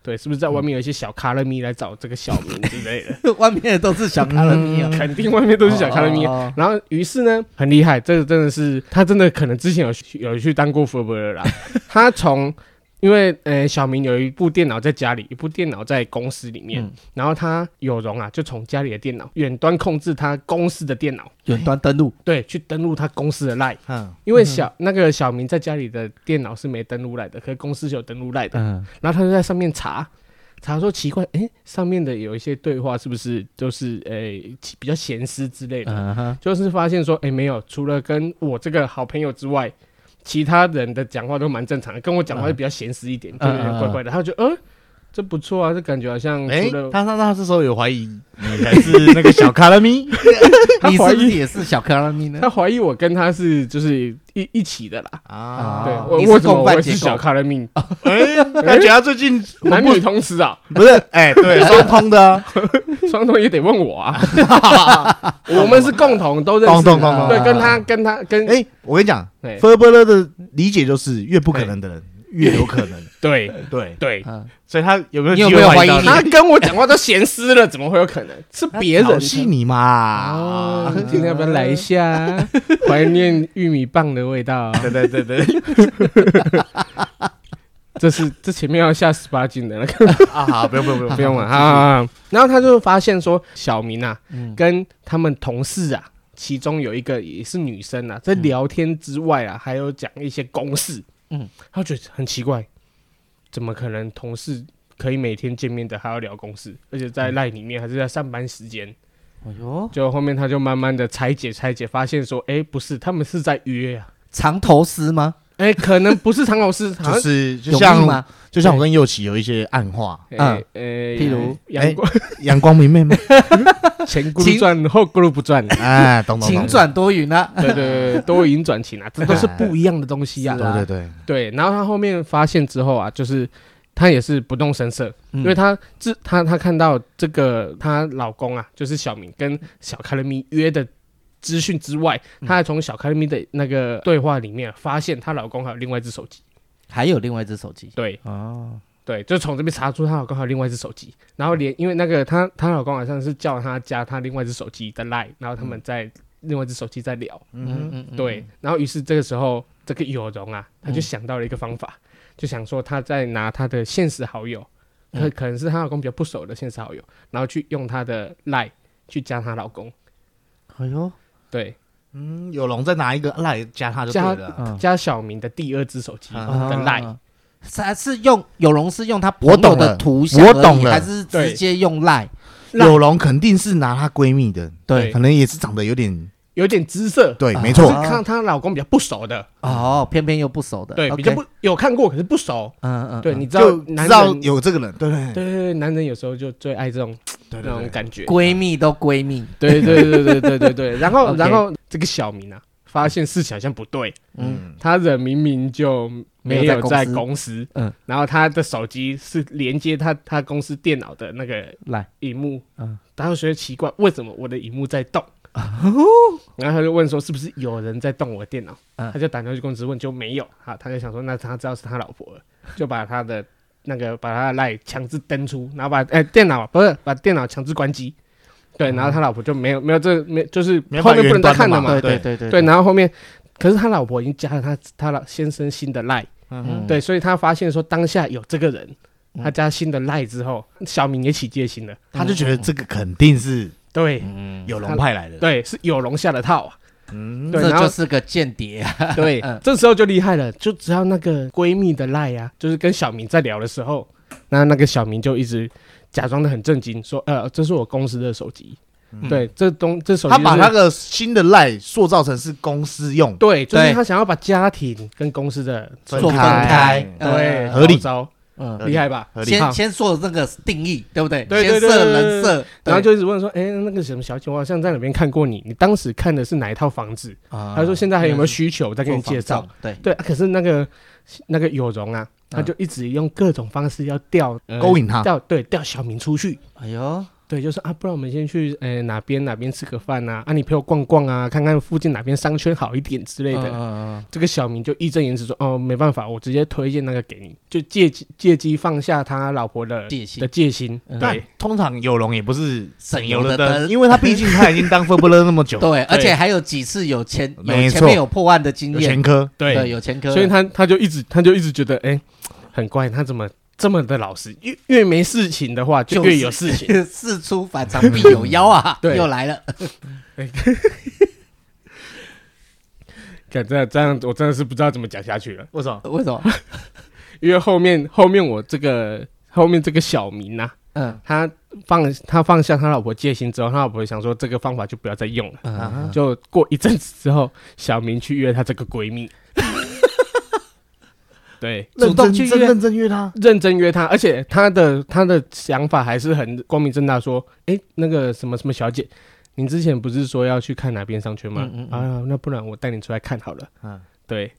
A: 对，是不是在外面有一些小卡勒咪来找这个小明之类 的？
B: 外面的都是小卡勒米啊，
A: 肯定外嗯 面都是小卡勒咪啊。
B: 哦，
A: 然后，于是呢，很厉害，这个真的是他真的可能之前有去有去当过 f o r b e r 啦。 他从因为呃，小明有一部电脑在家里，一部电脑在公司里面，
B: 嗯
A: 然后他有容啊，就从家里的电脑远端控制他公司的电脑，
B: 远端登录，
A: 对，去登录他公司的 line。
C: 嗯，
A: 因为小、那个小明在家里的电脑是没登录 line 的，可是公司是有登录 line 的，
B: 嗯，
A: 然后他就在上面查。查说奇怪，哎、上面的有一些对话是不是就是呃比较闲私之类的？
B: 嗯哼
A: 就是发现说，哎、没有，除了跟我这个好朋友之外，其他人的讲话都蛮正常的，跟我讲话就比较闲适一点，
B: 嗯
A: 就有点怪怪的。他就觉得，嗯、这不错啊，这感觉好像
C: 哎
A: 除了，、
C: 他他他这时候有怀疑你才是那个小卡拉 咪，
A: 他
B: 你
A: 怀
B: 是不
A: 疑
B: 是也是小卡拉米呢？
A: 他怀疑我跟他是就是一一起的啦。
C: 啊
A: 对，
B: 哦
A: 我
B: 你是
A: 为什么
B: 共犯
A: 我是
B: 结构
A: 小咖的 命？
C: 哎，感觉他最 近
A: 男女同时啊，
C: 不是哎，对，双通的啊，
A: 双头也得问我啊。 我们是共同都认
C: 咚
A: 识
C: 咚
A: 的，
C: 咚咚。
A: 对，跟他跟他跟
C: 哎，我跟你讲
A: 哎
C: f e r b e r 的理解就是越不可能的人越有可能，
A: 对
C: 对，
A: 对，
B: 嗯，
C: 所以他有没有
B: 你有
C: 机
B: 没有
C: 会
B: 怀疑
C: 到
B: 你
A: 他跟我讲话都闲私了，怎么会有可能？是别人
C: 挑衅你嘛
A: 啊，？今天要不要来一下？啊怀念玉米棒的味道。啊
C: 对对对对，
A: 这是这前面要下十八禁的那个，
C: 啊，好，不用不用不用
A: 不用了啊。然后他就发现说，小明啊
B: 嗯，
A: 跟他们同事啊，其中有一个也是女生啊，在
C: 嗯
A: 聊天之外啊，还有讲一些公事。
B: 嗯
A: 嗯，他觉得很奇怪，怎么可能同事可以每天见面的还要聊公事，而且在赖里
C: 嗯
A: 面还是在上班时间？
B: 哎呦，
A: 就后面他就慢慢的拆解拆解，发现说，哎、不是，他们是在约啊，
B: 长头丝吗？
A: 哎、可能不是唐老 师，好
C: 就
A: 像
C: 是就
B: 有密
C: 像
B: 吗？
C: 就像我跟佑琪有一些暗话，
A: 哎
B: 嗯
A: 呃，
B: 譬如
C: 哎
A: 阳光
C: 阳光明媚吗？
A: 前轱辘转后轱辘不转，
C: 哎，懂懂
B: 晴
C: 懂，
B: 转多云啊，
A: 对对对，多云转 晴啊，这都是不一样的东西啊
B: 是。啊
C: 对对对，
A: 对，然后他后面发现之后啊，就是他也是不动声色，
C: 嗯
B: 因
A: 因为他自他他看到这个她老公啊，就是小明跟小卡勒咪约的资讯之外，
C: 嗯
A: 他还从小卡勒咪的那个对话里面发现她老公还有另外一只手机，
B: 还有另外一只手机
A: 对。
B: 哦，
A: 对，就从这边查出她老公还有另外一只手机，然后连因为那个她她老公好像是叫她加她另外一只手机的 line，然后他
C: 嗯
A: 们在另外一只手机在聊，
B: 嗯嗯嗯，
A: 对，然后于是这个时候这个有容啊，她
C: 嗯
A: 就想到了一个方法，就想说她在拿她的现实好友，
C: 嗯
A: 可可能是她老公比较不熟的现实好友，然后去用她的 line 去加她老公，
B: 哎呦，
A: 对，
C: 嗯，有龙再拿一个来加他就对了。
B: 嗯
A: 加小明的第二只手机的
C: 啊
A: line，
B: 啊是啊是用有容是用他朋
C: 我
B: 友
C: 懂了
B: 的图像
C: 我
B: 而已
C: 懂了
B: 还是直
A: 对
B: 接用赖？
A: 赖
C: 有龙肯定是拿她闺蜜的，
A: 对
C: 可能也是长得有点
A: 有点姿色，
C: 对，
B: 啊
C: 没
A: 是
C: 错，
A: 看她老公比较不熟的，
B: 哦，偏偏又不熟的，
A: 对，
B: OK
A: 比较不有看过可是不熟，
B: 嗯嗯，
A: 对，
B: 嗯
A: 你知道
C: 就
A: 男
C: 知道
A: 人
C: 有这个人，对对
A: 对对对，男人有时候就最爱这种
C: 对
A: 那种感觉。
B: 闺蜜都闺蜜，
A: 对对对对对对对。然 后
B: OK
A: 然后这个小明啊，发现事情好像不对，
B: 嗯，
A: 他人明明就没有在公司，
B: 嗯
A: 嗯，然后他的手机是连接他他公司电脑的那个
B: 来，
A: 荧幕，
B: 嗯
A: 嗯，他就觉得奇怪，为什么我的荧幕在动？ 然后他就问说是不是有人在动我的电脑？
B: 嗯
A: 他就打电话去公司问，就没有。好，他就想说那他知道是他老婆了，就把他的那个把他的赖强制登出，然后把哎、电脑不是把电脑强制关机。对，然后他老婆就没有没有这没就是
C: 没有
A: 后面不
C: 把
A: 能再
C: 云端
A: 看了
C: 的嘛
A: 嘛。
B: 对
C: 对
B: 对对
A: 对，，然后后面可是他老婆已经加了他他老先生新的赖。
B: 嗯，
A: 对，所以他发现说当下有这个人，
B: 嗯
A: 他加新的赖之后，小明也起戒心了。
C: 他就觉得这个肯定是
A: 对
B: 嗯，
C: 有龙派来的，
A: 对，是有龙下的套啊。
C: 嗯，
A: 对，
B: 这
A: 然
B: 就
A: 后
B: 是个间谍啊，
A: 对，这时候就厉害了，就只要那个闺蜜的赖啊，就是跟小明在聊的时候，那那个小明就一直假装的很震惊，说呃，这是我公司的手机，对，这东这手机、
C: 嗯他把那
A: 那个
C: 个新的赖塑造成是公司用，
A: 对，就是
B: 对
A: 他想要把家庭跟公司的
C: 分
B: 做分
C: 开
B: 开，
A: 对
C: 合理
A: 招，
B: 嗯，
A: 厉害吧？
C: 合理
B: 先
A: 好
B: 先做那个定义，对不对？
A: 对
B: 先
A: 对对
B: 设
A: 对对
B: 人设，对
A: 然后就一直问说，哎，那个什么小姐，我好像在哪边看过你，你当时看的是哪一套房子？
B: 他
C: 啊
A: 他说现在还有没有需求，我再给你介绍。，
B: 对，
A: 对，啊可是那个那个有容啊，
B: 嗯
A: 他就一直用各种方式要钓、呃
C: 勾
B: 啊
C: 引他
A: 钓对钓小明出去。
B: 哎呦，
A: 对，就说啊，不然我们先去呃哪边哪边吃个饭啊，啊你陪我逛逛啊，看看附近哪边商圈好一点之类
B: 对
A: 的。
B: 的，
A: 这个小明就义正言辞说，哦没办法，我直接推荐那个给你，就借机借机放下他老婆的
B: 戒心
A: 的戒心。
B: 嗯
C: 但
A: 对
C: 通常有龙也不是省油
B: 省油
C: 的
B: 的
C: 灯，
B: 灯
C: 因为他毕竟他已经当 f 不勒那么久，
B: 对，而且还有几次有前有
C: 没
B: 前
C: 错
B: 面有破案的经
C: 有
B: 验
C: 前，科，
B: 对，有前科，
A: 所以他他就一直他就一直觉得，哎、很怪，他怎么这么的老实？越越没事情的话，就
B: 就是
A: 越有事 情。
B: 事出反常必有妖啊，
A: 对
B: 又来了，
A: 感这这样，我真的是不知道怎么讲下去了，
C: 为什么？
B: 为什么？
A: 因为后面后面我这个后面这个小明呐、啊
B: 嗯
A: 他放他放下他老婆戒心之后，他老婆想说这个方法就不要再用了。
C: 啊
B: 嗯，
A: 就过一阵子之后，小明去约她这个闺蜜，对，
B: 主动去
C: 认
B: 约
C: 真认真约他，
A: 认真约她，而且她的她的想法还是很光明正大，说，哎、那个什么什么小姐，您之前不是说要去看哪边商圈吗？
B: 嗯嗯
A: 啊，那不然我带你出来看好了。
C: 嗯
A: 对，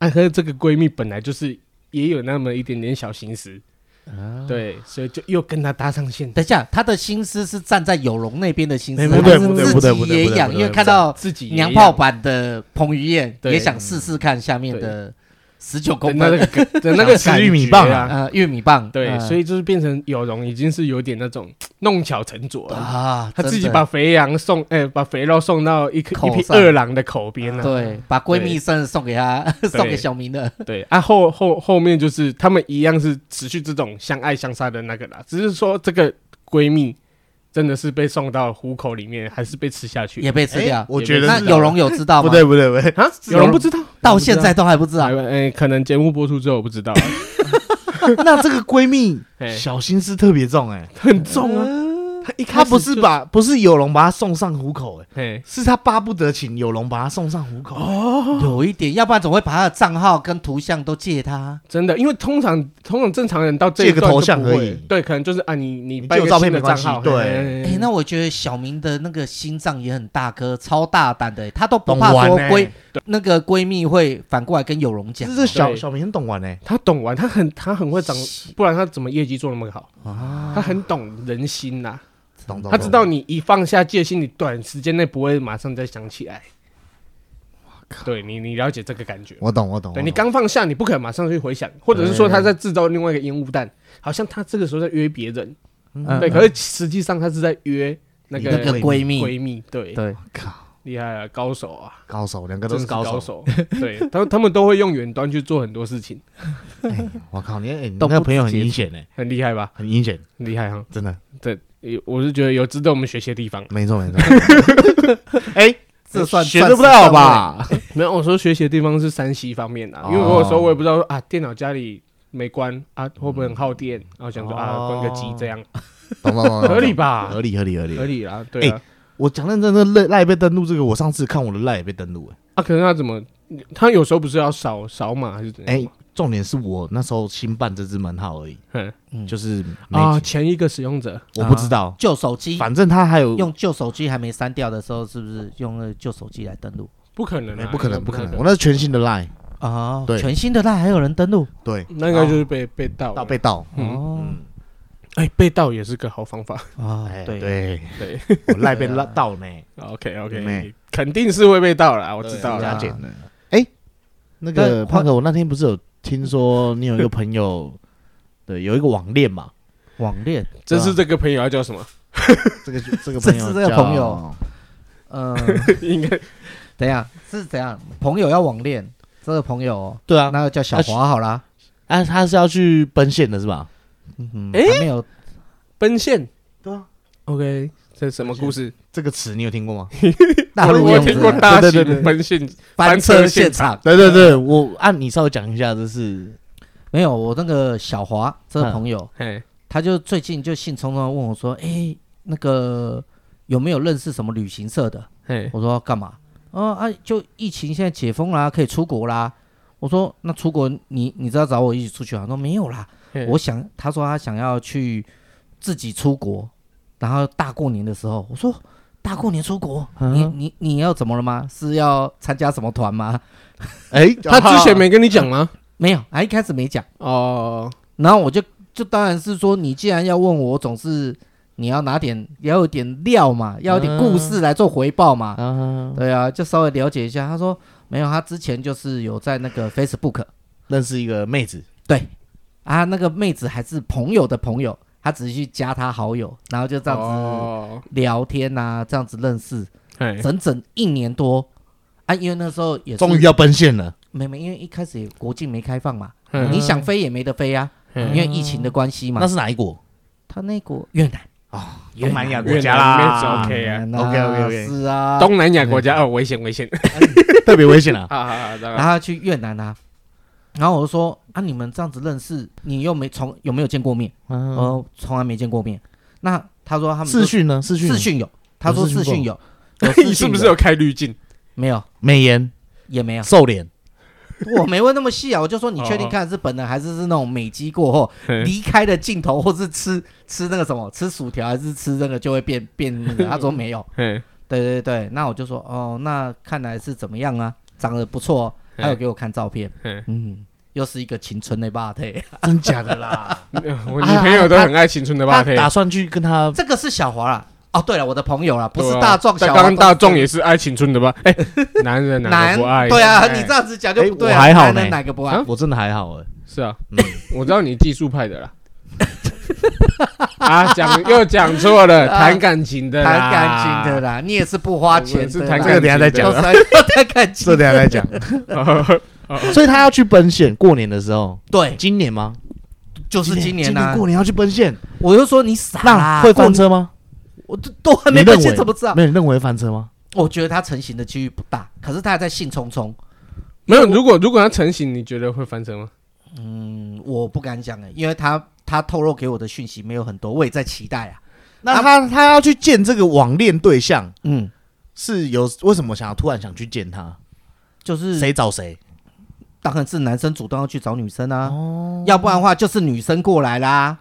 A: 啊，和这个闺蜜本来就是也有那么一点点小心思，
B: 啊
A: 对，所以就又跟她搭上线，
B: 等一下，他的心思是站在有容那边的心思，
C: 没不
B: 还
C: 对
B: 是
C: 不对
B: 自
C: 不对
B: 己
C: 不对
B: 也
C: 不对
B: 痒，
C: 不
B: 因
C: 对
B: 为
C: 不
B: 看
C: 对嗯
B: 到
A: 自己也
B: 娘
A: 一
B: 炮
A: 样
B: 版的彭于晏，
A: 对
B: 也想试试看下面的十九公
A: 的那
B: 分
A: 个感的那个
C: 吃玉米棒
A: 感觉
C: 啊
A: 啊。
B: 呃玉米棒，
A: 对，所
B: 以
A: 以就是变成有容已经是有点那种弄巧成拙了，
B: 啊，
A: 她自己
B: 真的
A: 把肥羊送，哎、把肥肉送到一颗
B: 口
A: 一匹
B: 上
A: 饿狼的口边了、啊。
B: 对，把闺蜜生日送给她， 送给小明的。
A: 对啊，后后后面就是他们一样是持续这种相爱相杀的那个啦，只是说这个闺蜜真的是被送到虎口里面，还是被吃下去？
B: 也被吃
C: 哎
B: 掉。
C: 我觉得
B: 那
C: 是
B: 有容有知道
C: 不
B: 吗？
C: 对不对 不对，
A: 啊，有人不知道，
B: 到现在都还不知道
A: 台。湾哎，可能节目播出之后我不知道啊，
C: 那这个闺蜜
A: 哎
C: 小心思特别重哎，呃
A: 很重啊。他一开
C: 她
A: 始
C: 不是
A: 就
C: 把不是有龙把她送上虎口哎，
A: 哎，
C: 是她巴不得请有龙把她送上虎口
B: 哦有一点，要不然总会把他的账号跟图像都借他。
A: 真的，因为通常通常正常人到这一
C: 借个
A: 段就
C: 头像
A: 不会
C: 而已
A: 对，可能就是啊，你你
C: 你
A: 办一
C: 就
A: 个
C: 有照片
A: 新的
C: 没关
A: 账
C: 系
A: 号，
C: 对
B: 哎、
A: 哎
B: 那我觉得小明的那个心脏也很大颗，超大胆的、他都不
C: 懂
B: 怕
C: 玩
B: 说
C: 欸
B: 闺、那个闺蜜会反过来跟有容
C: 这
B: 讲。
C: 是小
A: 对嗯
C: 小明很懂玩哎，
A: 他懂玩，他很他很会掌，不然他怎么业绩做那么好？他很懂人心呐、
C: 懂懂，
A: 他知道你一放下戒心，你短时间内不会马上再想起来。对你，你了解这个感觉吗？
C: 我懂我懂，
A: 对
C: 我
A: 你
C: 懂
A: 刚放下，你不可能马上去回想，或者是说他在制造另外一个烟雾弹，好像他这个时候在约别人，
B: 嗯
A: 对，可是实际上他是在约那
C: 你
A: 个
B: 那个闺蜜，
A: 闺蜜，对，
B: 对，
C: 靠
A: 厉害啊，高手啊，
C: 高手两个都
A: 真
C: 是
A: 是
C: 高
A: 高
C: 手。
A: 手，对，他他们都会用远端去做很多事情，
C: 哎我靠，你哎你
B: 都
C: 那
B: 不
C: 个朋友
B: 直
C: 很
B: 接
C: 阴险哎，
A: 很厉害吧？
C: 很阴险，
A: 很厉害哈，
C: 真的，
A: 对，我是觉得有值得我们学习的地方。
C: 没错没错。哎，
B: 这算
C: 学的不太好？吧？
A: 没有，我说学习的地方是山西方面的、啊
C: 哦
A: 因为我有时候我也不知道说啊，电脑家里没关啊，会不会很耗电？然
C: 嗯
A: 后想说、啊，关个机这样
C: 哦懂懂懂，懂
A: 合理吧
C: 合理合理合理
A: 合。理啦，对啊，
C: 我讲认真的，赖赖被登录这个，我上次看我的赖也被登录了。
A: 啊，可能他怎么，他有时候不是要扫扫码还是怎样
C: 哎
A: 吗？，
C: 重点是我那时候新办这只门号而已，
A: 嗯
C: 就是没
A: 啊，前一个使用者
C: 我不知道，
B: 旧手机
C: 反正他还有
B: 啊用旧手机还没删掉的时候，是不是用了旧手机来登录
A: 不可能
C: 哎
A: 啊，
C: 不可能不可
A: 那
C: 能，
A: 个
C: 我那是全新的赖，
B: 啊？
C: 对
B: 全新的那还有人登录
C: 对，
A: 嗯那应该就是被被盗
C: 盗
A: 了
C: 被盗，
A: 嗯
B: 哦？
C: 嗯，
A: 哎，被盗也是个好方法。
B: 啊
C: 哎，
B: 对，
C: 对
A: 对，
C: 我赖被拉到呢，
A: OK
C: 妹
A: OK，肯定是会被盗 啦，我知道
B: 对
A: 啦
B: 啊。
C: 加减的。哎，那个
B: 但
C: 胖哥，我那天不是有听 说你有一个朋友，对，有一个网恋嘛？
B: 网恋，
A: 这
C: 啊
A: 是这个朋友要叫什么？
C: 这个这 个
B: 这是
C: 朋友，
B: 这个朋友，嗯，
A: 应该
B: 怎样？是怎样？朋友要网恋，这个朋友哦，
C: 对啊，
B: 那个叫小华好啦。
C: 啊，他是要去奔现的是吧？
B: 嗯，
A: 诶
B: 还没有
A: 奔现。
C: 对啊，
A: OK，这是什么故事？
C: 这个词你有听过 吗？
B: 大
A: 我
B: 陆
A: 我
B: 用
A: 听过
B: 字
A: 大
C: 对
A: 型
C: 对对对
A: 奔现，
B: 翻
A: 车
B: 车
A: 现
B: 现场，
C: 对对对，我按你稍微讲一下，这是
B: 没有我那个小华这个
C: 嗯
B: 朋友，
A: 哎，
B: 他就最近就兴冲冲的问我说：“哎、那个有没有认识什么旅行社的
A: 哎？”，
B: 我说：“干嘛？”哦啊，就疫情现在解封啦，可以出国啦。我说：“那出国你你知道找我一起出去啊？”他说：“没有啦，
A: 嘿
B: 我想他说他想要去自己出国，然后大过年的时候，我说大过年出国，你
C: 嗯
B: 你你要怎么了吗？是要参加什么团吗？
C: 哎，
A: 他之前没跟你讲吗？
B: 没有，啊，一开始没讲。”
A: 哦，
B: 然后我就就当然是说，你既然要问我，我总是你要拿点要有点料嘛，要有点故事来做回报嘛。
C: 嗯啊
B: 对啊，就稍微了解一下。他说没有，他之前就是有在那个 Facebook
C: 认识一个妹子，
B: 啊，那个妹子还是朋友的朋友，他只是去加他好友，然后就这样子
A: 哦，
B: 聊天啊，这样子认识，
A: 哎，
B: 整整一年多啊。因为那时候也是
C: 终于要奔现了，
B: 没没，因为一开始也国境没开放嘛，
A: 嗯
B: 你想飞也没得飞啊，
A: 嗯
B: 因为疫情的关系嘛
C: 那。是哪一国？
B: 他那国越南。
C: 嗯东南亚国
A: 越
C: 家
A: 南妹子
C: 啦，
A: OK 啊，
B: 哎那
C: OK，OK，OK
B: 是啊。
A: 东南亚国家哦，危险危险
C: 特别危险 啊！
A: 啊！好好当
B: 然
A: 然
B: 后他去越南啊，然后我就说啊，你们这样子认识，你又没从有没有见过面？
C: 哦，
B: 哦，从来没见过面。那他说他们
C: 视讯呢？视讯，
B: 视讯有，他说
C: 视
B: 视
C: 讯
B: 讯
C: 过
B: 有，有 视
A: 你是
B: 讯
A: 不是有开滤镜？
B: 没有？
C: 美颜、，
B: 也没有
C: 瘦脸，
B: 我没问那么细啊，我就说你确
A: 哦
B: 定看的是本人还是是那种美肌过后
C: 哦
A: 嗯
B: 离开的镜头，或是吃吃那个什么，吃薯条还是吃那个就会变变那个？他说没有，
A: 嗯，
B: 对对对，那我就说哦，那看来是怎么样啊？长得不错哦、
A: 嗯
B: 还有给我看照片
A: 嗯，
B: 嗯，又是一个青春的霸体，
C: 真假的啦？
A: 我女朋友都很爱青春
B: 啊
A: 的吧？
C: 他
A: 可以，
C: 打算去跟他
B: 这个是小华啦。哦，对了，我的朋友啦，不是
A: 对啊
B: 大壮，
A: 但
B: 小
A: 刚
B: 华
A: 刚大众也是爱青春的吧？哎，男人哪个
B: 男
A: 不爱？
B: 对啊，
A: 哎
B: 你这样子讲就
C: 哎
B: 不对
C: 我
B: 啊，
C: 还好
B: 男
C: 呢
B: 人哪个不爱
A: 啊？
C: 我真的还好哎，
A: 是啊
C: 嗯，
A: 我知道你技术派的啦。 啊，讲又讲错了，
B: 啊
A: 谈感情的啦，
B: 谈感情的
C: 啊
B: 啦，你也是不花钱
A: 是
B: 的
A: 谈
B: 啦，
C: 这个
A: 感
C: 等一
A: 情
C: 下
A: 的
C: 再
B: 都
C: 讲啊
B: 是 要谈感
C: 这
B: 情。
C: 等一下再讲。 所以他要去奔现，过年的时候，
B: 对，
C: 今年吗？
B: 就是今年呐
C: 今过，年要去奔现，
B: 我就说你傻啦，
C: 那会
B: 过
C: 翻，车吗？
B: 我都都还
C: 你
B: 没
C: 认
B: 发现
C: 为
B: 怎么知道？
C: 没有，你认为会翻车吗？
B: 我觉得他成型的几率不大，可是他还在兴冲冲。
A: 没有，如果如果他成型，你觉得会翻车吗？
B: 嗯，我不敢讲哎，因为他他透露给我的讯息没有很多，我也在期待啊。
C: 那他他要去见这个网恋对象，
B: 嗯，
C: 是有为什么想要突然想去见他？
B: 就是
C: 谁找谁？
B: 当然是男生主动要去找女生啊，
C: 哦
B: 要不然的话就是女生过来啦，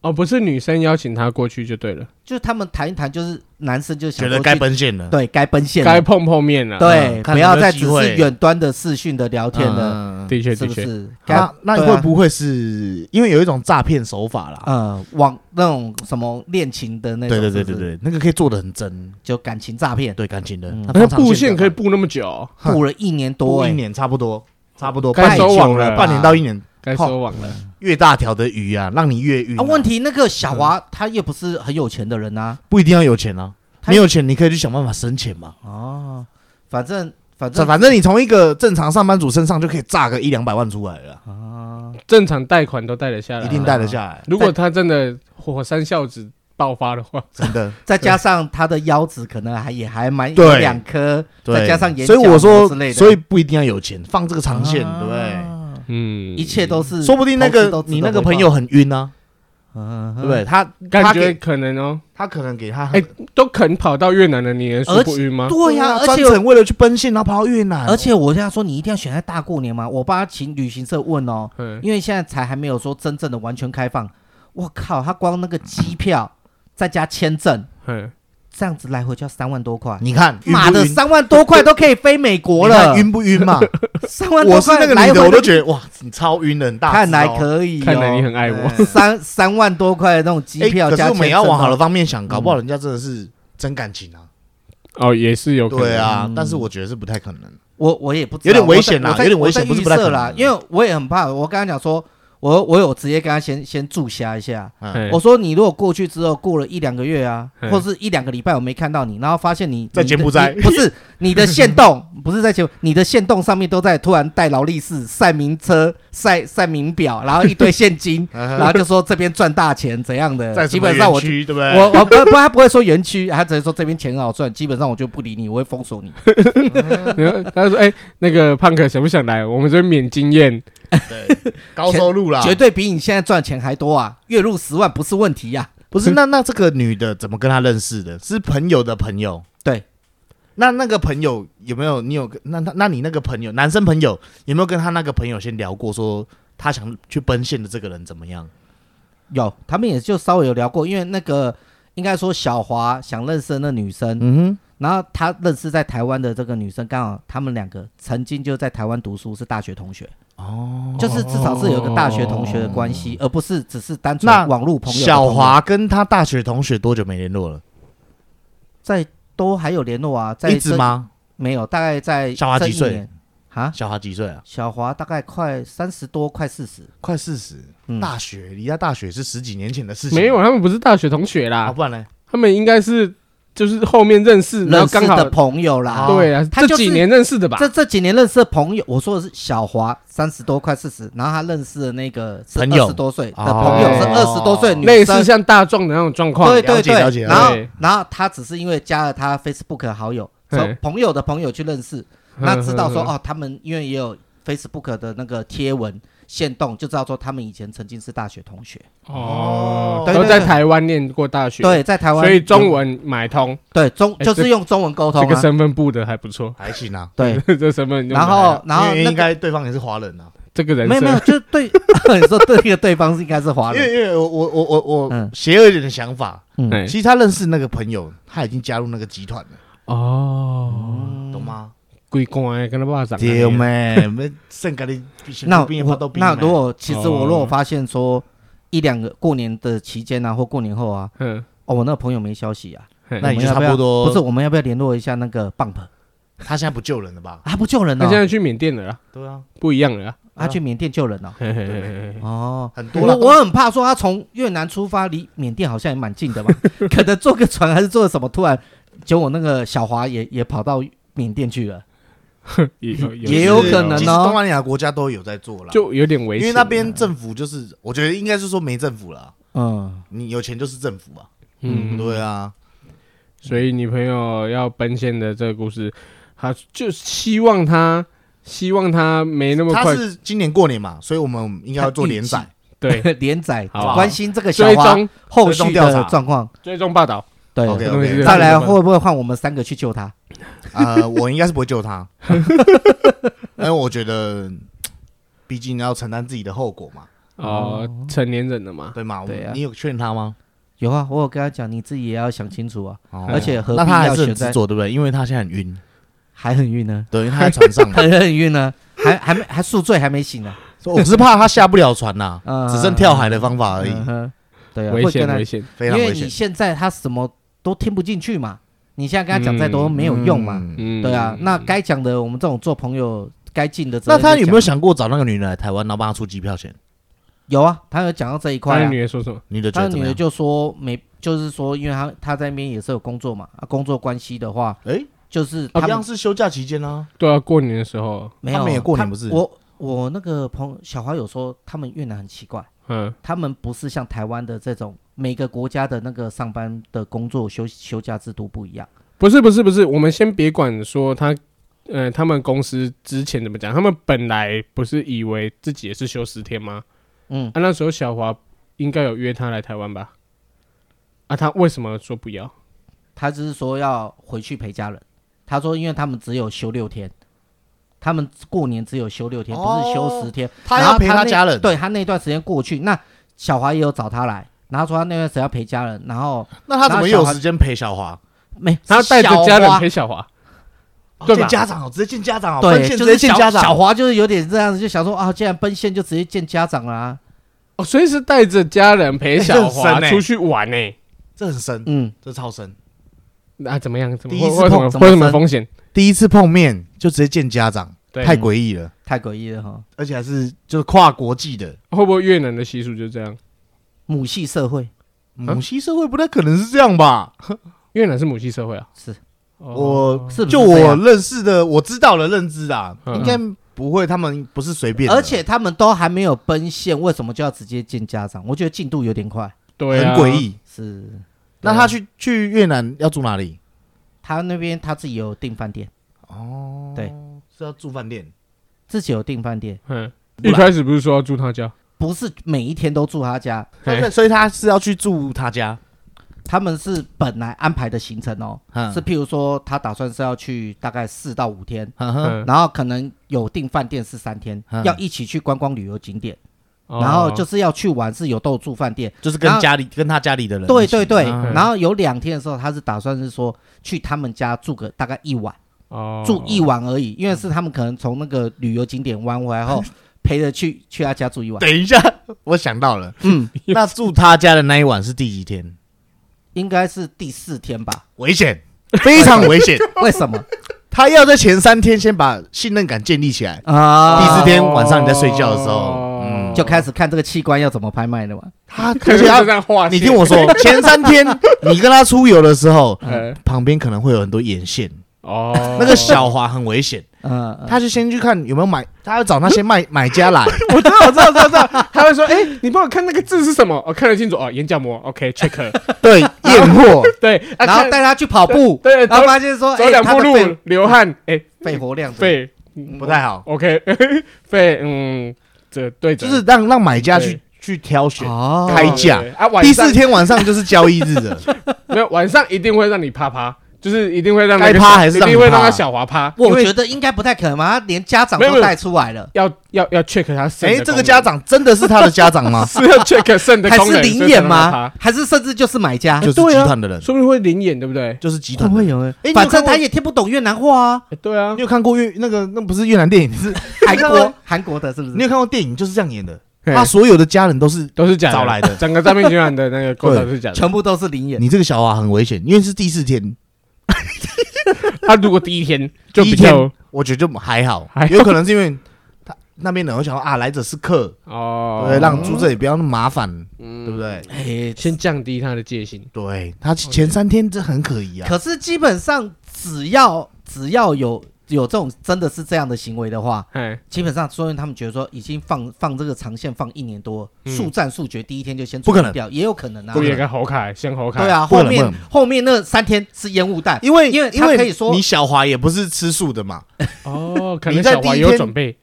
A: 哦，不是女生邀请他过去就对了，
B: 就是他们谈一谈，就是男生就想
C: 觉
B: 说
C: 得
B: 去
C: 该奔现了，
B: 对该奔现了
A: 该碰碰面了。
B: 对，
C: 嗯看
B: 不要
C: 有没有
B: 再
C: 机
B: 只
C: 会
B: 是远端的视讯的聊天了，
C: 嗯。嗯嗯
A: 的确哎
B: 是
A: 的
B: 不
A: 确，
B: 是？该
C: 那那你
B: 对啊
C: 会不会是因为有一种诈骗手法啦？
B: 呃网那种什么恋情的那种，
C: 对对对
B: 是
C: 对
B: 不是，
C: 对，那个可以做的很真，
B: 就感情诈骗，
C: 对感情的
B: 嗯，
C: 他
A: 那
C: 放长
A: 布线
C: 的
A: 可以布那么久，哦
B: 布了一年多
C: 多一
B: 哎，
C: 年差不多，差不多
A: 该
C: 半
A: 收
C: 年
A: 网
C: 久
A: 了
C: 了，半年到一年，
A: 该收网
B: 哦
A: 了。
C: 越大条的鱼啊，让你越晕
B: 啊，
C: 啊。
B: 问题那个小华他也不是很有钱的人啊，
C: 不一定要有钱啊，
B: 他
C: 没有钱你可以去想办法生钱嘛。
B: 哦，反正反
C: 这
B: 正
C: 反正你从一个正常上班族身上就可以炸个一两百万出来了，
B: 啊，
A: 正常贷款都贷得下来，啊
C: 一定贷得下来，
A: 如果他真的火山孝子爆发的
B: 啊
A: 话，
C: 真 的。
B: 再加上他的腰子可能还也还蛮
C: 对
B: 有两颗，
C: 对，
B: 再加上眼
C: 所以我
B: 角膜
C: 说
B: 之类，的
C: 所以不一定要有钱，放这个长线，对不对？
B: 啊
A: 嗯，
B: 一切都是，
C: 说不定那个你那个朋友，很晕啊，
B: 嗯
C: 对不对？？他
A: 感
C: 他
A: 觉
C: 给
A: 可能哦，
C: 他可能给他
A: 哎
C: 很
A: 都肯跑到越南了，你能说不晕吗？
B: 对呀、而
C: 嗯专
B: 且
C: 程为了去奔现，然后跑到越南，
B: 而且我现在说你一定要选在大过年嘛，我帮他请旅行社问哦，
A: 嗯，
B: 因为现在才还没有说真正的完全开放。我靠，他光那个机票再加签证，
A: 嗯
B: 这样子来回就要三万多块。
C: 你看晕
B: 妈
C: 不
B: 的，
C: 晕？
B: 三万多块都可以飞美国
C: 你看
B: 了，
C: 晕不晕 嘛？
B: 三万
C: 我
B: 多
C: 是
B: 块
C: 那个
B: 来
C: 女的，
B: 回
C: 我都觉得哇，你超晕的，很大只哦。
B: 看来可以哦，
A: 看来你很爱我。
C: 对
B: 三三万多块的那种机
C: 哎，
B: 票
C: 可是
B: 加
C: 我们也要
B: 签证
C: 往好
B: 哦
C: 的方面想，搞不好人家真的是真感情啊。
A: 哦，也是有可能。
C: 对啊
B: 嗯，
C: 但是我觉得是不太可能。
B: 我我也不知道
C: 有点危险啦
B: 我在
C: 有点危险
B: 我在
C: 不是不太
B: 预设
C: 可能啊
B: 啦，因为我也很怕。我刚刚讲说，我我有直接跟他先先注销一下。
A: 哎
B: 我说你如果过去之后过了一两个月啊，
A: 嘿
B: 或是一两个礼拜我没看到你，然后发现你
C: 在
B: 你的
C: 柬埔寨，
B: 你不是你的线动，不是在柬埔，你的线动上面都在突然带劳力士、晒名车、晒晒名表，然后一堆现金 然后就说这边赚大钱怎样的，
C: 在
B: 嗯基本上我
C: 对不对？
B: 我我不不，他不会说园区，他只是说这边钱很好赚，基本上我就不理你，我会封锁你。
A: 然后他就说：“哎、那个胖哥想不想来？我们这边免经验。
C: 对高收入啦，
B: 绝对比你现在赚钱还多啊！月入十万不是问题呀、
C: 不是。那那这个女的怎么跟他认识的？是朋友的朋友。
B: 对，
C: 那那个朋友有没有？你有跟那那那你那个朋友，男生朋友有没有跟他那个朋友先聊过，说他想去奔现的这个人怎么样？
B: 有，他们也就稍微有聊过，因为那个应该说小华想认识的那女生，
C: 嗯
B: 然后他认识在台湾的这个女生，刚好他们两个曾经就在台湾读书，是大学同学，
C: 哼，哦，
B: 就是至少是有个大学同学的关系，而不是只是单
C: 那
B: 纯网络朋友的朋
C: 小
B: 友。
C: 华跟他大学同学多久没联络了？
B: 在都还有联络啊，在
C: 一直
B: 这？
C: 吗？
B: 没有，大概在
C: 小华
B: 这
C: 几
B: 一
C: 岁
B: 年？啊，
C: 小华几岁啊？
B: 小华大概快三十多，快四十。
C: 快四十，
B: 嗯，
C: 大学离他大学是十几年前的事”情。
A: 没有，他们不是大学同学
C: 啊，
A: 啦，
B: 哦
C: 不然呢？
A: 他们应该是就是后面认识，然
B: 认
A: 后
B: 识
A: 刚好
B: 的朋友啦，
A: 对啊，
B: 他就
A: 这
B: 是
A: 几年认识的吧？
B: 这这几年认识的朋友，我说的是小华，三十多快四十，然后他认识的那个是
C: 朋友
B: 二十多岁的朋友是
A: 哦
B: 二十多岁的女
A: 类似
B: 生，
A: 像大壮的那种状况。
B: 对
C: 了
B: 对
C: 解了
B: 对。
C: 解，
B: 然后
A: 了解
B: 然后他只是因为加了他 Facebook 好友，
A: 嘿
B: 从朋友的朋友去认识，
A: 嗯
B: 那知道说
A: 呵呵呵，
B: 哦，他们因为也有 Facebook 的那个贴文。线动就知道说他们以前曾经是大学同学，
A: 哦，
B: 对
A: 都
B: 对
A: 在
B: 对
A: 台湾念过大学，，
B: 对，在台湾，
A: 所以中文买通，
B: 对中
A: 哎
B: 就是
A: 这
B: 用中文沟通
A: 这个
B: 啊，
A: 身份布的还不错
C: 还行啊，
B: 对，
A: 这身份用得
B: 然
A: 还好
B: 后然后
C: 因为
B: 那
C: 应
B: 个
C: 该对方也是华人啊。
A: 这个人
B: 没有没有，
A: 设
B: 就对 你说对那个对方是应该是华
C: 因为
B: 人，
C: 因为我我我我我
B: 嗯
C: 邪恶一点的想法，
B: 嗯
A: 哎
C: 其实他认识那个朋友，他已经加入那个集团了，
B: 嗯
A: 哦，
C: 懂吗？
A: 鬼官跟他爸长
C: 对妹，没剩个的
B: 那
C: 话都
B: 我
C: 比
B: 那如果其实我如
A: 哦
B: 果发现说一两个过年的期间啊，或过年后啊，
A: 嗯，
B: 哦，我那个朋友没消息啊，
A: 嘿
C: 那
B: 我
C: 你
B: 们
C: 就
B: 要
C: 差
B: 不要
C: 不多
B: 不是我们要不要联络一下那个 Bump？
C: 他现在不救人了吧？
B: 他不救人
A: 他现在
B: 哦，
A: 去缅甸了啦，
C: 对啊，
A: 不一样了啦，
B: 他去缅甸救人哦。
A: 嘿嘿嘿嘿嘿
B: 哦，
C: 很多
B: 我
C: 了。
B: 我很怕说他从越南出发，离缅甸好像也蛮近 的嘛，可能坐个船还是坐什么，突然结果那个小华也也跑到缅甸去了。
A: 也
B: 也有可能
C: 啊其
B: 哦
C: 实东南亚国家都有在做了，
A: 就有点危
C: 因
A: 险，
C: 为那边政府就是，我觉得应该是说没政府了，
B: 嗯，
C: 你有钱就是政府嘛。
A: 嗯
C: 对啊，
A: 所以女朋友要奔现的这个故事，他就希望他希望他没那么
C: 他
A: 快
C: 是今年过年嘛，所以我们应该要做连载
B: 他预，
A: 对
B: 连载
A: 好啊
B: 关心这个小
A: 追
B: 华
A: 踪
B: 后
C: 追
B: 续
C: 踪调查
B: 的状况。
A: 追踪报道，
B: 对
C: OK，
A: 这东西是
B: 再来会不会换我们三个去救他？
C: 呃，我应该是不会救他， 因为我觉得，毕竟要承担自己的后果嘛，
A: 哦成年人了嘛，
C: 对吗？我
B: 对啊
C: 你有劝他吗？
B: 有啊，我有跟他讲，你自己也要想清楚啊，
C: 哦
B: 而且何必
C: 那他还
B: 要
C: 是
B: 选
C: 很
B: 在
C: 执着，对不对？因为他现在很晕，
B: 还很晕呢？
C: 对，因为他在船上嘛，
B: 还很晕呢？还还没还宿醉还没醒呢？
C: 所以我是怕他下不了船呐，
B: 啊
C: 只剩跳海的方法而已，
B: 嗯哼对啊，
A: 危
B: 会
A: 险
B: 跟他
A: 危，险，
C: 非
B: 因
C: 常
B: 为
C: 危
B: 你
C: 险，
B: 现在他什么都听不进去嘛，你现在跟他讲再多没有用嘛。
C: 嗯
A: 嗯，
B: 对啊，那该讲的我们这种做朋友该尽的责
C: 那
B: 任就讲。
C: 他有没有想过找那个女人来台湾，然后帮他出机票钱？
B: 有啊？他有讲到这一块
A: 那
B: 啊。
A: 女的说什么？
C: 女的觉
B: 他
C: 得
B: 的
C: 怎
B: 女
C: 么
B: 的
C: 样？
B: 就说没，就是说，因为他他在那边也是有工作嘛，啊，工作关系的话，
C: 哎，
B: 就是他
C: 好
B: 们
C: 像是休假期间啊，
A: 对啊，过年的时候，
B: 没
C: 他
B: 有
C: 们也过年
B: 他
C: 不是
B: 我我那个朋友小华有说，他们越南很奇怪，
A: 嗯，
B: 他们不是像台湾的这种每个国家的那个上班的工作休休假制度不一样。
A: 不是不是不是，我们先别管说他。呃，他们公司之前怎么讲？他们本来不是以为自己也是休十天吗？
B: 嗯，
A: 啊，那时候小华应该有约他来台湾吧？啊，他为什么说不要？
B: 他只是说要回去陪家人。他说，因为他们只有休六天，他们过年只有休六天，不是休十天。
C: 哦他
B: 然
C: 要
B: 后
C: 陪他
B: 那
C: 家人，
B: 对他那段时间过去，那小华也有找他来，然后说他那段时间要陪家人，然后
C: 那他怎么
B: 然后
C: 有
B: 小孩
C: 时间陪小华？
B: 没，
A: 他带着家人陪
B: 陪，
A: 小华，
C: 哦
A: 对吧
C: 见家长哦，直接见家长哦，奔
B: 对，
C: 现直
B: 就
C: 接
B: 是
C: 见
B: 小
C: 家
B: 小
C: 长，
B: 华就是有点这样子，就想说啊，既然奔现就直接见家长啦、
A: 哦，所以是带着家人陪
C: 欸这
A: 小
C: 很
A: 华
C: 深欸
A: 出去玩呢。
C: 这很深，
B: 嗯，
C: 这超深。
A: 那啊怎么样？怎么
C: 第一次
A: 会会有什么
C: 碰怎
A: 会
C: 么
A: 有什么
C: 分
A: 风险？
C: 第一次碰面就直接见家长，
A: 对，
C: 太诡异了，
B: 太诡异了哈，
C: 而且还是就是跨国际的
A: 会不会越南的习俗就这样？
B: 母系社会
C: 嗯母系社会，不太可能是这样吧？
A: 越南是母系社会啊。
B: 是
A: 哦
B: 是不是
C: 就
B: 这
C: 我
B: 样
C: 认识的，我知道的认知啊，
A: 嗯
C: 应该不会，他们不是随便的，
B: 而且他们都还没有奔现，为什么就要直接见家长？我觉得进度有点快。
A: 对
C: 很
A: 啊，
C: 诡。异。
B: 是啊
C: 那他去去越南要住哪里？
B: 他那边他自己有订饭店，
C: 哦，
B: 对，
C: 是要住饭店。
B: 自己有订饭店，
A: 嗯，一开始不是说要住他家？
B: 不是每一天都住他家，
A: 嘿
C: 所以他是要去住他家，
B: 他们是本来安排的行程哦，
C: 嗯
B: 是譬如说他打算是要去大概四到五天，
C: 呵呵
A: 嗯
B: 然后可能有订饭店是三天，
C: 嗯
B: 要一起去观光旅游景点，
A: 哦
B: 然后就是要去玩是有都有住饭店，
C: 就是
B: 然
C: 跟
B: 后
C: 家里跟他家里的人一起，
B: 对对对，
A: 啊
C: 嗯
B: 然后有两天的时候他是打算是说去他们家住个大概一晚，
A: 哦
B: 住一晚而已，因为是他们可能从那个旅游景点玩回来 后陪着去去他家住一晚，
C: 等一下，我想到了，
B: 嗯，
C: 那住他家的那一晚是第几天？
B: 应该是第四 天吧。
C: 危险，非常危险。
B: 为什么
C: 他要在前三天先把信任感建立起来，第
B: 啊？
C: 四天晚上你在睡觉的时候，嗯，
B: 就开始看这个器官要怎么拍卖的嘛。
C: 他
A: 可
C: 而
A: 是
C: 且
A: 哦 就这
C: 他，
A: 样画线，
C: 你听我 说，前三天你跟他出游的时候，
A: 嗯，
C: 旁边可能会有很多眼线，
A: 哦，
C: 那个小华很危险，
B: 嗯，嗯
C: 他就先去看有没有买，他要找那些卖买家来，
A: 我知道，我知道，我知道我知道， 他会说，哎，你帮我看那个字是什么？我看得清楚哦，眼角膜，OK，check，
C: 对，验货，
A: 对，啊
B: 呃然后
A: 看
B: 带他去跑步，
A: 对，
B: 然后
A: 走
B: 发现说，
A: 走
B: 哎，
A: 两
B: 他
A: 步
B: 的
A: 路
B: 肺
A: 流
C: 嗯
A: 汗，哎，
B: 肺活量怎么
A: 肺
C: 不太好，
A: OK，肺，嗯，这对折，
C: 就是让让买家去去挑选。
B: 哦，
C: 开价
A: 对啊，晚
C: 第
A: 上
C: 四天晚上就是交易日 了，
A: 没有晚上一定会让你啪啪，就是一定会让那个
C: 该
A: 小
C: 趴还是
A: 一
C: 让你
A: 定会让他
C: 趴
A: 小华趴，因
B: 我
A: 为
B: 觉得应该不太可能嘛，他连家长
A: 没有没
B: 都
A: 有
B: 带出来了，
A: 要要要 check 他肾的功
C: 哎
A: 能，，？
C: 这个家长真的是他的家长 吗
A: 是要 check 肾的
B: 还
A: 功
B: 是
A: 能，
B: 零
A: 所以才
B: 眼
A: 让他
B: 吗
A: 趴？？
B: 还是甚至就是买家？
C: 就是
A: 对啊
C: 集团的人，
A: 说不定会零眼，对不对？
C: 就是集
B: 会
C: 团
B: 不
C: 的人
B: 会。有人
C: 哎哎你有看过
B: 反正他也听不懂越南话 啊，
A: 哎对啊
C: 你，有看过越那个那不是越南电影，是
A: 嗯
B: 韩
C: 你有看
B: 国韩国的是不
C: 你
B: 是？
C: 有看过电影就是这样演的，
A: 嘿
C: 他所有的家人都是
A: 都是假
C: 找来的
A: 整个诈骗集团的那个构造是假的。
B: 全部都是灵眼，
C: 你这个小娃很危险，因为是第四天，
A: 他如果第一天就
C: 第
A: 比
C: 一
A: 较
C: 天我觉得就还好
A: 还，好
C: 有可能是因为他那边人会想说啊，来者是客，对
A: 哦
C: 不，对，让住这里不要那么麻烦，对不对？
B: 哎，
A: 先降低他的戒心。
C: 对他前三天这很可疑啊，
B: 可是基本上只要只要有有这种真的是这样的行为的话，
A: 哎，
B: 基本上，所以他们觉得说已经放放这个长线放一年多，
A: 嗯
B: 速战速决，第一天就先
C: 不可能
B: 处理掉，也有可能啊
A: 不。也该侯凯先侯凯。
B: 对，啊，
C: 不可
B: 后
C: 能
B: 面
C: 不可能
B: 后面那三天是烟雾弹，
C: 因为
B: 因为
C: 因
B: 他
C: 为
B: 可以说
C: 你小华也不是吃素的嘛，
A: 哦，可
C: 你
A: 能
C: 在
A: 小华
C: 第
A: 也
C: 一
A: 有
C: 天
A: 准备。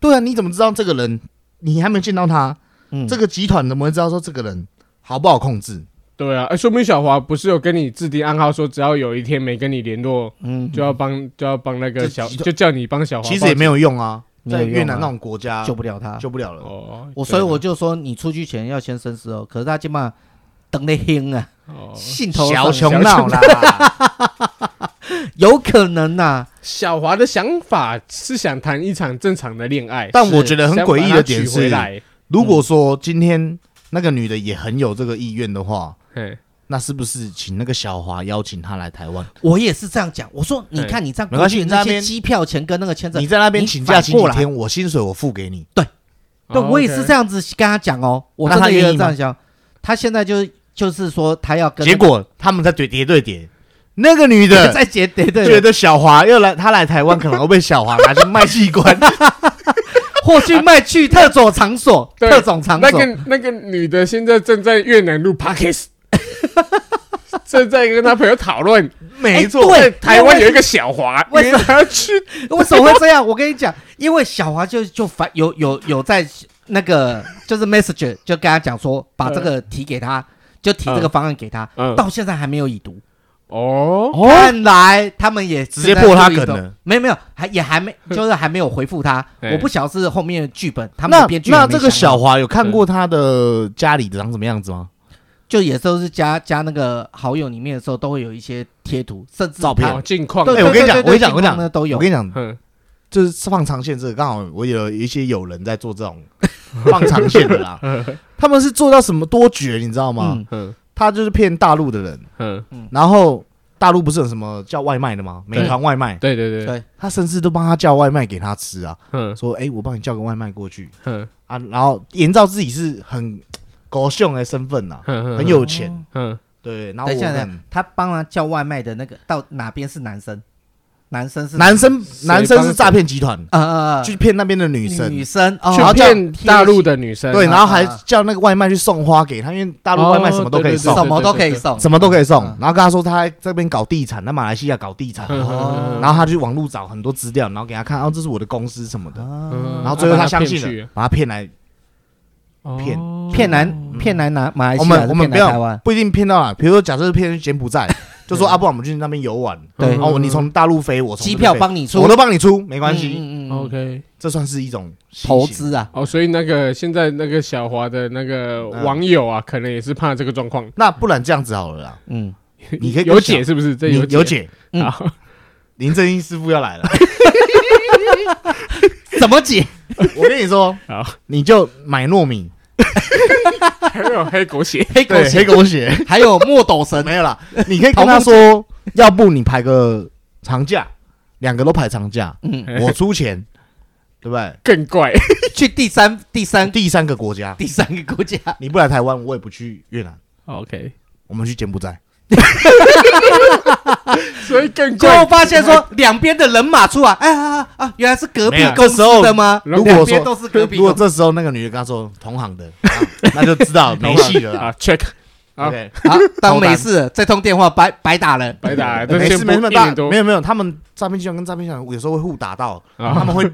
C: 对啊，你怎么知道这个人？你还没见到他，
B: 嗯，
C: 这个集团怎么会知道说这个人好不好控制？
A: 对啊，哎，说明小华不是有跟你制定暗号，说只要有一天没跟你联络，
B: 嗯
A: 就要帮就要帮那个
C: 这
A: 小，
C: 集团
A: 就叫你帮小华报警。
C: 其实也没有用啊，
B: 没有
C: 在
B: 用啊
C: 越南那种国家
B: 救不了他。
C: 救不了了。
A: 哦，
B: 我
A: 对
C: 啊
B: 所以我就说你出去前要先深思哦。可是他基本上等得凶啊，
A: 哦
B: 兴头
C: 小
B: 上
C: 熊闹啦，
B: 有可能啊呐、
A: 小华的想法是想谈一场正常的恋爱，
C: 但我觉得很
A: 想把
C: 诡异
A: 他
C: 的点
A: 娶回
C: 是，
A: 来，
C: 如果说今天那个女的也很有这个意愿的话，
A: 嘿
C: 那是不是请那个小华邀请她来台湾？
B: 我也是这样讲。我说你看你这样
C: 哎没关系
B: 过去
C: 你在那
B: 那
C: 边
B: 些机票钱跟那个签证
C: 你，在那边
B: 你
C: 请假
B: 反
C: 请几
B: 过来
C: 天，我薪水我付给你，
B: 对，
A: 哦
B: 我也是
A: OK
B: 这样子跟他讲哦，我
C: 那
B: 真
C: 他
B: 的也
C: 愿
B: 有
C: 意
B: 这样想。他现在就就是说他要跟那
C: 结
B: 个
C: 果他们在叠叠对叠，那个女 的
B: 再结对对
C: 觉
B: 对，
C: 得小华要来，她来台湾可能会被小华拿去卖器 官，
B: 或去卖去特种场 所、
A: 对
B: 特种场
A: 那
B: 所，
A: 个那个女的现在正在越南录 podcast，正在跟她朋友讨论。
C: 没
B: 哎
C: 错
B: 对，
A: 在台湾有一个小华，
B: 为什么
A: 你还要去？
B: 为什么会这样？我跟你讲，因为小华就就反有有有在那个就是 message 就跟他讲说，把这个提给他，就提这个方案给他，
A: 嗯，
B: 到现在还没有已读。
A: 哦，
B: 看来他们也
C: 直接
B: 正在
C: 破他
B: 注意
C: 梗
B: 中
C: 了，
B: 没有没有，还也还没就是还没有回复他。
A: 哎
B: 我不晓得是后面的剧本，他们
C: 那
B: 的编剧
C: 那
B: 还没
C: 这个
B: 想好
C: 小华有看过她的家里长什么样子吗？
B: 就也都是加加那个好友里面的时候，都会有一些贴图，甚至
C: 照片
A: 好近况，
B: 对
C: 哎我跟你讲
B: 对对对
C: 我跟你
B: 近
C: 讲
B: 况
C: 我跟你讲
B: 呢都有
C: 我跟你讲，
A: 嗯，
C: 就是放长线这个，刚好我有一些友人在做这种放长线 的啦，他们是做到什么多绝，你知道吗？
B: 嗯
A: 嗯
C: 他就是骗大陆的人，
A: 嗯，
C: 然后大陆不是有什么叫外卖的吗？美团外卖，
A: 对对对，
B: 对，
C: 他甚至都帮他叫外卖给他吃啊，
A: 嗯
C: 说哎、我帮你叫个外卖过去
A: 嗯
C: 啊，然后营造自己是很高秀的身份呐、
A: 嗯，
C: 很有钱，
A: 嗯
C: 对，然后
B: 等一
C: 我
B: 下，等一
C: 们
B: 下他帮他叫外卖的那个到哪边是男生？男生是
C: 男生
A: 谁
C: 男生
A: 帮嗯
C: 是诈骗集团，
B: 呃呃呃
C: 去骗那边的女生，
B: 女生哦，
A: 去
B: 叫
A: 骗大陆的女生，
C: 对，
B: 啊
C: 然后还
B: 啊
C: 叫那个外卖去送花给他，因为大陆外卖什么都可
A: 哦对
C: 以
A: 对
C: 送
A: 对，
B: 什么都可以送，
C: 什么都可以送
B: 嗯。
C: 然后跟他说他在这边搞地产，在马来西亚搞地产，
A: 嗯
C: 然
B: 哦
C: 后他去网络找很多资料，然后给他看，哦，这是我的公司什么的。
B: 哦
A: 嗯
C: 然后最后
A: 啊把
C: 他
A: 他
C: 相
A: 骗
C: 信
A: 去
C: 了，把他骗来，
A: 哦
B: 骗男骗男拿马来
C: 嗯我
B: 西亚，
C: 们我们
B: 骗
C: 不
B: 来台湾
C: 要，不一定骗到哪，比如说假设是骗去柬埔寨，就说啊，不然我们去那边游玩，
B: 对
A: 嗯
C: 哦，你从大陆飞，我从
B: 机
C: 这边
B: 票
C: 飞
B: 帮你出，
C: 我都帮你出，没关
B: 嗯
C: 系，
B: 嗯嗯嗯
A: ，OK，
C: 这算是一种新
B: 投
C: 型。
B: 资啊，
A: 哦，所以那个现在那个小华的那个
C: 嗯
A: 网友啊，可能也是怕这个状况，
C: 那不然这样子好了啦，
B: 嗯，
C: 你可以跟
A: 有
C: 小
A: 解是不是？这
C: 你有
A: 解，
C: 解，
B: 嗯
A: 好，
C: 林正英师傅要 来了。
B: 怎么 解？
C: 我跟你说
A: 好，
C: 你就买糯米，
A: 还有黑狗血，
B: 黑狗
C: 对，
B: 血
C: 黑狗血，
B: 还有墨斗神，
C: 没有啦，你可以跟他说，要不你排个长假，两个都排长假，
B: 嗯，
C: 我出钱，对 不对？
A: 更怪，
B: 去第三第三
C: 第三个国家，
B: 第三个国家，
C: 你不来台湾，我也不去越南，
A: OK，
C: 我们去柬埔寨。
A: 所以更
B: 最
A: 怪
B: 后。发现说两边的人马出来，哎啊啊啊，原来是隔壁
C: 没有
B: 公司的吗？
A: 如
C: 如
A: 果
C: 果
B: 两
C: 说
B: 边都是隔壁
C: 如果
B: 公司，
C: 这时候那个女的跟他说 同行的，啊那就知道没戏了啦。
A: 啊，check，好
C: OK，
B: 啊，当没事，这通电话白白打了，
A: 白打，哎这
C: 没
A: 先
C: 事，
A: 不
C: 没那么
A: 一
C: 大
A: 年，多
C: 没有没有，他们诈骗集团跟诈骗集团有时候会互打到，
A: 啊
C: 他们会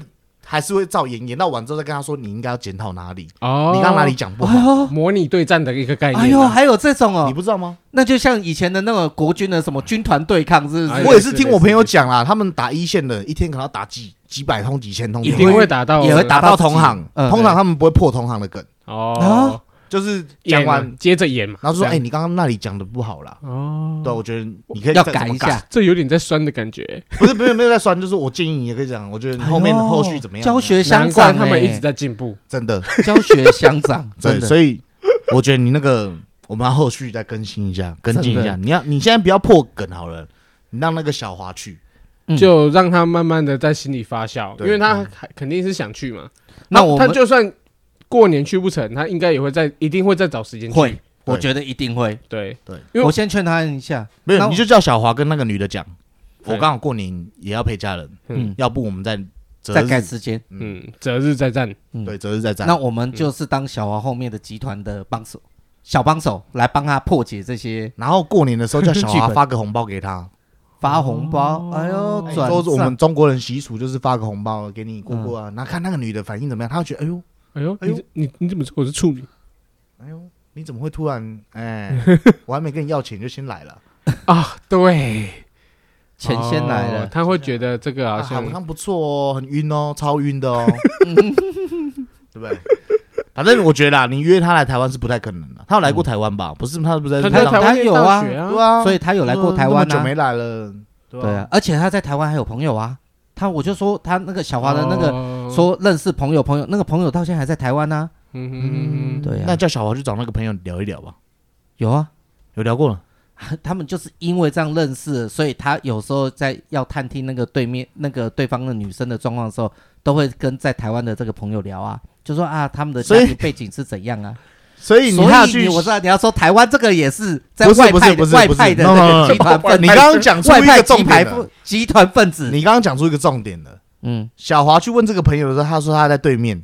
C: 还是会照演，演到完之后再跟他说你应该要检讨哪里，
A: 哦，
C: 你刚刚哪里讲不
B: 哎
C: 好，
B: 呦
A: 模拟对战的一个概念啊？
B: 哎呦，还有这种
C: 你
B: 哦，
C: 不知道吗？
B: 那就像以前的那个国军的什么军团对抗，是不
A: 哎
B: 是？
C: 我也是听我朋友讲啦，他们打一线的，一天可能要打几几百通、几千通，
A: 一
B: 也
A: 定会打到，
B: 也会
C: 打
B: 打
C: 到
B: 到
C: 同行
B: 自己。嗯
C: 通常他们不会破同行的梗，
A: 哦。
C: 就是
A: 演
C: 讲完，
A: 接着演嘛，
C: 然后说：“
A: 这
C: 哎，
A: 样
C: 你刚刚那里讲的不好啦。”
A: 哦，
C: 对，我觉得你可以
B: 要
C: 再怎
B: 改
C: 么
B: 一下，，
A: 这有点在酸的感觉，
C: 不是没有没有在酸，就是我建议你也可以讲，我觉得你后面
B: 哎呦
C: 后续怎么样？
B: 教学乡
A: 难怪
B: 长
A: 他们
B: 欸
A: 一直在进步。
C: 真的
B: 教学乡 长，
C: 对，
B: 真的
C: 所以我觉得你那个我们要后续再更新一下，跟进一
B: 真
C: 下。你要你现在不要破梗好了，你让那个小华去。
B: 嗯
A: 就让他慢慢的在心里发酵，因
C: 对嗯
A: 为他还肯定是想去嘛。
B: 那
A: 他
B: 我
A: 他
B: 们
A: 就算过年去不成，他应该也会在，一定会再找时间去。
B: 会，我觉得一定会。
A: 对
C: 对，
A: 因为
B: 我先劝他一下，
C: 没有，
B: 那
C: 你就叫小华跟那个女的讲，
A: 对
C: 我刚好过年也要陪家人，
B: 嗯
C: 要不我们再择
B: 再
C: 日
B: 改时间。
A: 嗯，择日再战。
C: 对择日再战。
B: 那我们就是当小华后面的集团的帮手，小帮手来帮他破解这些
C: 然后过年的时候叫小
B: 剧
C: 华
B: 本
C: 发个红包给他，
B: 发红包。哎呦，
C: 哎
B: 转
C: 说是我
B: 账
C: 们中国人习俗就是发个红包给你过
B: 嗯
C: 过啊，然后看那个女的反应怎么样，她会觉得哎呦
A: 哎呦，
C: 哎呦
A: 你你你怎么说我是处女
C: 哎呦，你怎么会 突然哎，我还没跟你要钱就先来了，
A: 啊？对，
B: 钱先来
A: 哦
B: 了，
A: 他会觉得这个好
C: 啊好
A: 像
C: 像不错哦，很晕哦，超晕的哦，对不对？反正我觉得啦，你约他来台湾是不太可能的。他有来过台湾吧？不是，他不是在
A: 在台湾
B: 他
A: 念
B: 有
A: 大
B: 啊
A: 学
C: 对啊，
B: 所以他有来过台湾
C: 那么久
B: 啊。
C: 没来了，
B: 对啊，而且他在台湾还有朋友啊。他我就说他那个小华的那
C: 哦
B: 个
A: 个，
B: 说认识朋友朋友，那个朋友到现在还在台湾呢。
A: 哦嗯哼嗯哼
B: 对
C: 那
B: 啊，
C: 叫小华去找那个朋友聊一聊吧。
B: 有啊。
C: 有聊过了，
B: 他们就是因为这样认识的，所以他有时候在要探听那个对面那个对方的女生的状况的时候，都会跟在台湾的这个朋友聊啊，就说啊他们的家
C: 所以
B: 庭背景是怎样啊。
C: 所以
B: 所
C: 还要
B: 以
C: 去
B: 你我知道你要说台湾这个也是在
C: 不是
B: 外
C: 不是
B: 派的
C: 不是
B: 外
C: 不是
B: 派的
C: no, no,
B: 那
C: no,
B: 个集团分
C: 你刚刚讲出
B: 外
C: 一个
B: 派
C: 重
B: 集
C: 点
B: 团
C: 了
B: 分集团分子。
C: 你刚刚讲出一个重点了。
B: 嗯，
C: 小华去问这个朋友的时候，他说他在对面。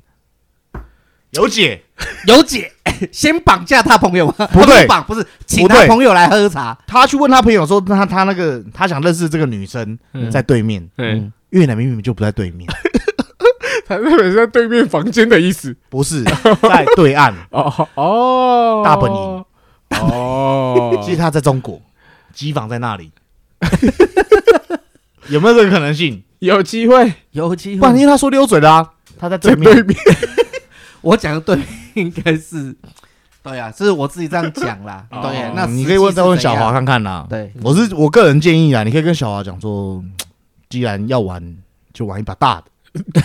C: 有姐，
B: 有姐 先绑架他朋友吗？
C: 不对
B: 他绑不是，请
C: 不
B: 他
C: 对
B: 朋友来喝茶。
C: 他去问他朋友说，那他他那个他想认识这个女生
A: 嗯
C: 在对面，
A: 嗯，
C: 越南明明就不在对面，
A: 他那本是在对面房间的意思。
C: 不是在对岸，
A: 哦哦，
C: 大本营
A: 哦，
C: 其实他在中国，机房在那里， 有没有这个可能性？
A: 有机会
B: 有机
C: 不然因
B: 会，
C: 为他啊说溜嘴啦、他在
A: 在
C: 对面
A: 对，面。
B: 我讲的对应该是对啊，这是我自己这样讲啦。
A: 哦
B: 对啊，那
C: 你
B: 实际
C: 可以问再问
B: 是怎
C: 小
B: 样
C: 华看看啦。
B: 对，
C: 我是我个人建议啊，你可以跟小华讲说，既然要玩，就玩一把大的。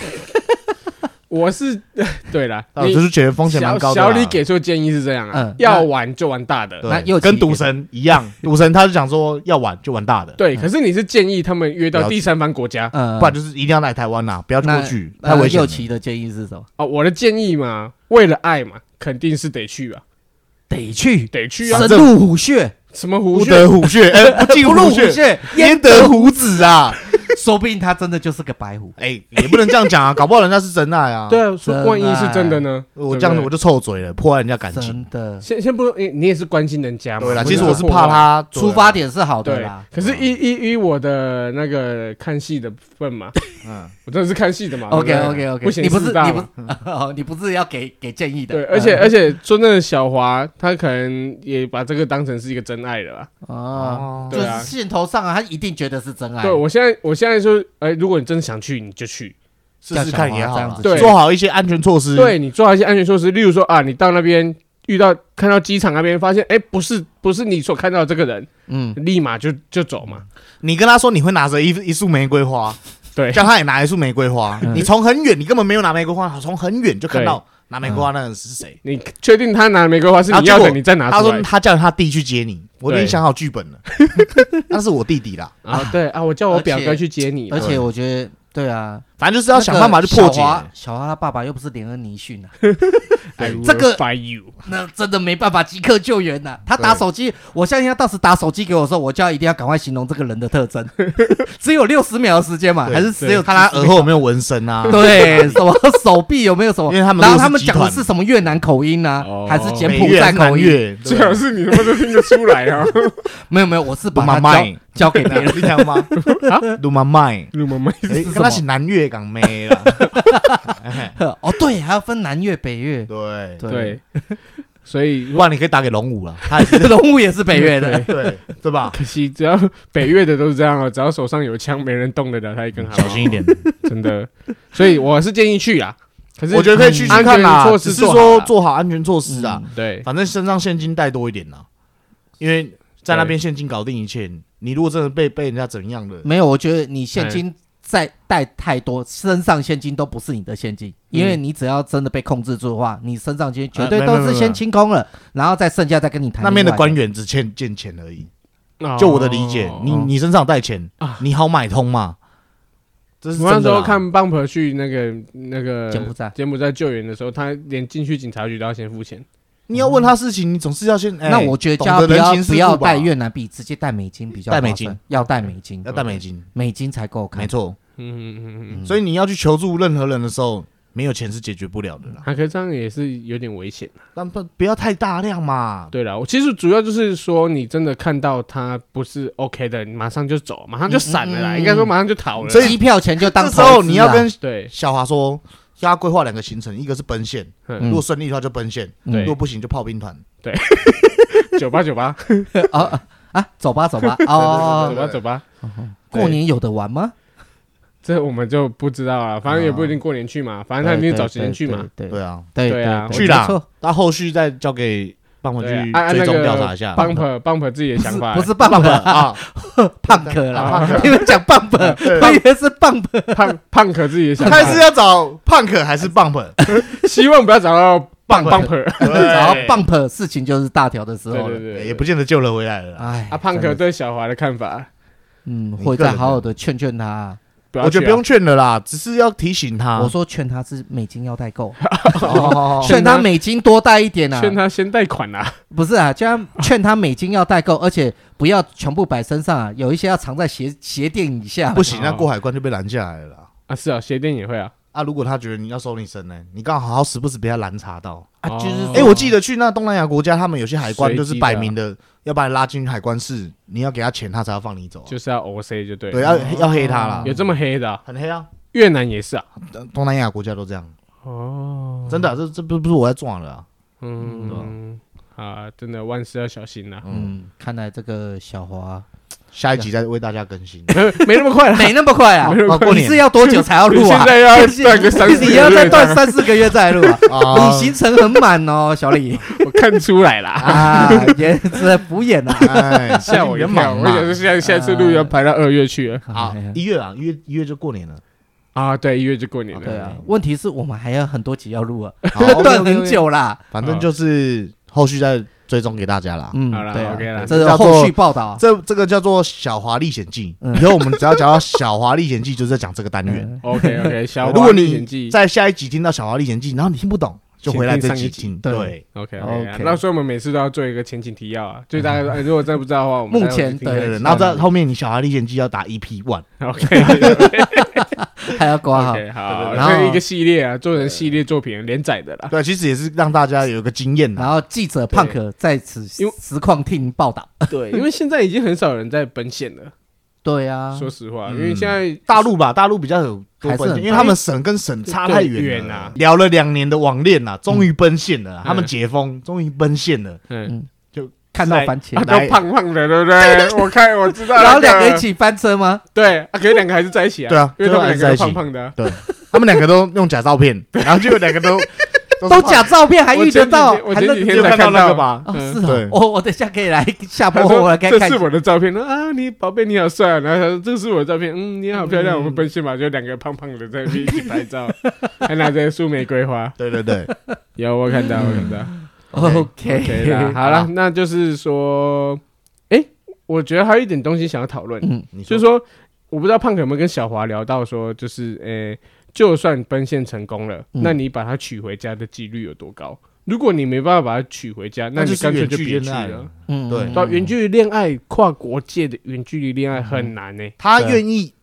A: 我是 对啦，
C: 啊，
A: 你
C: 就是觉得风险蛮
A: 小
C: 高的啦。啊
A: 小李给出的建议是这样啊
B: 嗯，
A: 要玩就玩大的。
C: 对
B: 那又
C: 跟
B: 起一点
C: 赌神一样，赌神他就讲说要玩就玩大的，
A: 对，可是你是建议他们约
C: 嗯
A: 到
C: 了解
A: 第三方国家
B: 呃
C: 不然就是一定要来台湾啦，不要去过去，太
B: 那呃
C: 危险
B: 右
C: 了。
B: 奇的建议是什么？
A: 哦，我的建议嘛，为了爱嘛，肯定是得去啊，
B: 得去
A: 得去啊，
B: 深入虎穴，
A: 什么
C: 不
A: 胡
C: 得
A: 须
C: 虎穴，哎，不 进
B: 不入
C: 虎
B: 虎
C: 穴，
B: 穴，
C: 焉得虎子啊！
B: 说不定他真的就是个白虎。
C: 哎，也不能这样讲啊，搞不好人家是真爱啊。
A: 对，啊，说万一是真的
B: 真
A: 呢？
C: 我
A: 对不
C: 这样子
A: 对
C: 我就臭嘴了，破坏人家感情。
B: 真的，
A: 先先不说，你你也是关心人家嘛。
C: 对啦，
A: 不
C: 其实我是
A: 破
C: 怕
A: 坏
C: 他
B: 出发，点是好的
A: 对
B: 啦，。
A: 可是依
C: 啊
A: 依依我的那个看戏的份嘛，
C: 嗯，
A: 我真的是看戏的嘛。
B: OK
A: 对不对
B: OK OK，
A: 不行，
B: 你不是
A: 四大
B: 你
A: 嘛
B: 不哦，你不是要给给建议的，
A: 对，而且
C: 嗯
A: 而且说真的，小华他可能也把这个当成是一个真爱了啦。
B: 啊，
C: 哦
B: 就
A: 对
B: 是
A: 啊
B: 线头上啊，他一定觉得是真
C: 哎
B: 爱，
A: 对我现在我现在说，哎，如果你真的想去，你就去。
C: 试试看也好
B: 这样
C: 啦
B: 子，
A: 对
C: 做好一些安全措施。
A: 对你做好一些安全措施，例如说啊，你到那边遇到看到机场那边发现，哎，不是不是你所看到的这个人，
B: 嗯，
A: 立马就就走嘛。
C: 你跟他说你会拿着一一束玫瑰花，
A: 对
C: 叫他也拿一束玫瑰花。
B: 嗯
C: 你从很远，你根本没有拿玫瑰花，从很远就看到拿玫瑰花那个人是谁。
A: 你确定他拿玫瑰花是
C: 然后
A: 你
C: 结
A: 要
C: 果
A: 的，你再拿
C: 他
A: 出
C: 说
A: 来
C: 他叫他弟去接你，我已经
A: 对
C: 想好剧本了，那是我弟弟啦。
A: 啊？对啊，我叫我
B: 而且
A: 表哥去接你
B: 而
A: 了。
B: 且我觉得对啊，
C: 反正就是要想办法去破解
B: 那个小。华小华他爸爸又不是连恩尼逊啊，
C: 哎
A: I
B: 这个
A: will find you，
B: 那真的没办法即刻救援呐、啊他打
C: 对
B: 手机，我相信他到时打手机给我的时候，我就要一定要赶快形容这个人的特 征，只有六十秒的时间嘛，
C: 对
B: 还是只有
C: 看他
B: 几十
C: 耳
B: 秒
C: 后有没有纹身啊？
B: 对， 什么手臂有没有什么？
C: 因为他们
B: 然后
C: 都是
B: 他们
C: 集
B: 讲的
C: 团
B: 是什么越南口音呢、
A: 哦
B: 还是柬
C: 美
B: 埔
C: 月
B: 寨
C: 南
B: 口音？
C: 月，
A: 最好是你他妈都听得出来 啊！
B: 没有没有，我是把
C: 妈
B: 它
C: 妈
B: 交交给别 人。
C: 你听吗？鲁妈 麦，
A: 鲁妈妈
C: 哎，
B: 什么
C: 那是南越港妹啦。
B: 哦，对，还要分南越、北越。
C: 对，
A: 对，所 以
C: 不然你可以打给龙武了，他也是
B: 龙武也是北越的。
C: 对对吧？
A: 可惜只要北越的都是这样啊，只要手上有枪没人动得了他一根，好不
C: 小
A: 好
C: 心一点。
A: 真的。所以我是建议去啊，可是
C: 我觉得可以去去
A: 安全
C: 看啦，
A: 措
C: 只
A: 施
C: 是
A: 做好
C: 说
A: 啦
C: 做好安全措施啊，
A: 对
C: 反正身上现金带多一点啦，因为在那边现金搞定一切。你如果真的被被人家怎样的，
B: 没有，我觉得你现金再带太多，身上现金都不是你的现金，因为你只要真的被控制住的话，你身上现金绝对
C: 呃没
B: 都
C: 没
B: 是
C: 没
B: 先
C: 没
B: 清空了，然后再剩下再跟你谈另
C: 那
B: 外。
C: 边的官员只欠欠钱而已。
A: 哦
C: 就我的理解，你你身上有带钱
A: 啊，
C: 你好买通嘛？这是
A: 我那
C: 真
A: 时
C: 的啊
A: 候
C: 啦。
A: 看 Bump 去那个那个
B: 柬埔寨
A: 柬埔寨救援的时候，他连进去警察局都要先付钱。
C: 你要问他事情，你总是要先。哎
B: 那我觉得
C: 懂
B: 叫他
C: 得
B: 不
C: 人
B: 要
C: 情世
B: 不
C: 故
B: 要
C: 吧
B: 带越南币，直接带美金比较
C: 带美
B: 划
C: 金
B: 算，要带美金，
C: 要带美金，
B: 美金才够看
C: 没。错。
A: 嗯嗯嗯嗯嗯。
C: 所以你要去求助任何人的时候，没有钱是解决不了的啦。
A: 啊，可是这样也是有点危险。
C: 但不不要太大量嘛。
A: 对了，我其实主要就是说，你真的看到他不是 OK 的，你马上就走，马上就闪了啦，
B: 嗯嗯嗯
A: 应该说马上就逃了啦。
C: 所以
B: 机票钱就当
C: 这时
B: 投
C: 候
B: 资啊
C: 你要
B: 啦
C: 跟
A: 对，
C: 小华说，要他规划两个行程，一个是奔现，如
A: 嗯，
C: 果顺利的话就奔现，
A: 对
B: 嗯
C: 如果不行就炮兵团。
A: 九八九八，
B: 哦啊，走吧走吧哦
A: 走，吧走吧，对
B: 过年有的玩吗？
A: 这我们就不知道了，反正也不一定过年去嘛，反正他一定找时间去嘛。
B: 对，
C: 对
B: 对
C: 啊，
B: 对
A: 对啊
B: 对
C: 去
B: 对
C: 啦
B: 没错
C: 那后续再交给帮我
A: 对
C: 去，
A: 按
C: 追
A: 那
C: 踪
A: 个
C: 调查一 下。
A: Bump Bump 自己的想法，
B: 不是棒
C: 棒
B: 本
C: 啊，
B: 胖哥啦
A: 啊，
B: 你们讲棒本，
C: 对
B: 我以为是棒本，
A: 胖胖可自己的想
C: 他是
A: 法，
C: 要找胖可还是棒本？
A: 希望不要找到棒
C: Bump
A: Bump。
B: 然后
C: 对
B: 棒本事情就是大条的时
A: 对
B: 候
A: 对
B: 了。
A: 对，
C: 哎也不见得救了回来了啦。
B: 哎，
A: 啊，胖
B: 真
A: 可
B: 的
A: 对小华的看法，
B: 嗯，
C: 你
B: 会
C: 个
B: 再
C: 人
B: 好好的劝劝他。
A: 不要
C: 我觉
A: 去
C: 得不
A: 啊
C: 用劝了啦，只是要提醒他。
B: 我说劝他是美金要代购，
C: 哦，
B: 劝他美金多带一点啊。
A: 啊劝他先贷款啦。
B: 不是啊，叫他 劝他美金要代购，而且不要全部摆身上啊，有一些要藏在鞋鞋垫以下。
C: 不行，那过海关就被拦下来了啦。
A: 啊，是啊，鞋店也会啊。
C: 啊，如果他觉得你要收你身呢，你刚好好时不时被他拦查到。
B: 啊，就是
A: 哦
C: 哎、我记得去那东南亚国家，他们有些海关
A: 随
C: 就
A: 机
C: 是摆明的，要把你拉进海关室，你要给他钱，他才要放你走啊、
A: 就是要 OC 就对了。
C: 对，啊要要黑他啦
A: 有，这么黑的啊、
C: 很黑啊。
A: 越南也是啊。
C: 东南亚国家都这样，
A: 哦，
C: 真的啊、这这不不是我在撞的啊。
A: 嗯，啊，真的万事要小心呐、
B: 嗯，看来这个小华
C: 下一集再为大家更新。
A: 没 没那么快啦，
B: 没那么快啊
A: 没那！么
C: 哦，过
B: 你
C: 年
B: 是要多久才要录啊
A: 现？在啊要
B: 是
A: 断个三四个
B: 你要再
A: 月，
B: 断三四个月再录 啊！
C: 啊
B: 你行程很满哦，小李
A: 我看出来 啦，
B: 啊，也是敷衍啊。
C: 哎，
A: 吓我一
C: 人
A: 跳。
C: 满
A: 我
C: 嘛
A: 想说，现在下次录要排到二月去了
C: 好，
B: 哎
C: 一月啊，一月一月就过年了，
A: 啊，对，一月就过年
B: 对
A: 了。
B: 啊，问题是我们还有很多集要录啊，
C: 好
B: 断很，久啦。
C: 反正就是后续再追踪给大家啦。
B: 嗯，
A: 好啦
B: 对啊
A: OK 啦
B: 这是后续报道。
C: 这这个叫做《小华历险记
B: 嗯》，
C: 以后我们只要讲到《小华历险记》，就是在讲这个单元。
B: 嗯
A: OK OK，小
C: 如果
A: 花历险
C: 你
A: 记
C: 在下一集听到《小华历险记》，然后你听不懂，就回来这集听。
B: 请听上一集
C: 对，
A: OK OK，
B: OK
A: 那所以我们每次都要做一个前景提要啊，就大家呃如果真的不知道的话，我们
B: 目
A: 待会
B: 前
A: 去听
B: 对
C: 对
A: 看
C: 对
A: 一下
C: 然后在后面你《小华历险记》要打 EP one，
A: OK
B: 还要挂号。
A: 嗯 OK 好，
B: 然后
A: 这一个系列啊，做成系列作品连载的啦。
C: 对，其实也是让大家有一个经验啦。
B: 然后记者胖可在此
A: 因为
B: 实况听报道。
A: 对，因为 现在已经很少人在奔现了，
B: 对啊，
A: 说实话，
C: 嗯
A: 因为现在
C: 大陆吧，大陆比较有多
B: 还是
C: 奔
B: 很
C: 现，因为他们省跟省差太
A: 对
C: 远
A: 远啊
C: 了。聊了两年的网恋啊，终于奔现了啊，
A: 嗯
C: 他们解封，终于奔现了。
A: 嗯。
B: 看到番
A: 啊，
B: 茄，
A: 都
C: 来
A: 胖胖的，对不 对？我看我知 道那，
B: 然后两个一起翻车吗？
A: 对，啊，可是两个还是在一起啊。
C: 对啊
A: 因为他们两个
C: 最后还是
A: 都
C: 在一起哦
A: 胖胖的啊。
C: 他们两个都用假照片，然后就有两个都
B: 都假照片还
A: 我
B: 遇得
A: 前几
B: 到
A: 天，我
B: 还
A: 前几
B: 认
A: 天
C: 就
A: 才看
C: 看到那个
A: 到？
C: 吧。
B: 哦，
A: 嗯
B: 是哦
C: 对，
B: 我我等一下可以来下
A: 他
B: 播，我
A: 说
B: 来看
A: 这
B: 看
A: 是。我的照片呢啊，你宝贝你好帅啊，然后他说这是我的照片，嗯，你好漂亮，我们奔现吧，就两个胖胖的在那边一起拍 照，还拿着束玫瑰花，
C: 对对对，
A: 有我看到我看 到
B: OK，
A: ，OK 啦， 好
C: 嗯好
A: 了
C: 啦，
A: 那就是说，哎，我觉得还有一点东西想要讨论，
B: 嗯，
C: 你
A: 就是说，我不知道胖可有没有跟小华聊到说，就是呃，就算奔现成功了，
B: 嗯
A: 那你把它娶回家的几率有多高？如果你没办法把它娶回家，那
C: 那就
A: 你
C: 是
A: 干脆
C: 远
A: 就
C: 距
A: 别
C: 恋
A: 去
C: 爱
A: 了
C: 了。
B: 嗯
C: 对
B: 嗯
A: 对啊，远距离恋爱、跨国界的远距离恋爱很难欸呢。
C: 他
B: 对
C: 愿意，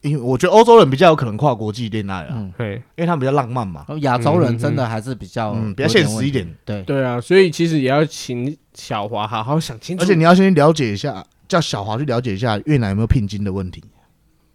C: 因为我觉得欧洲人比较有可能跨国际恋爱啊，
B: 嗯，哦
A: 对
C: 因为他们比较浪漫嘛，
B: 亚洲人真的还是比较
C: 嗯，比较现实一点。
B: 对，
A: 对啊，所以其实也要请小华好好想清楚。
C: 而且你要先去了解一下，叫小华去了解一下越南有没有聘金的问题。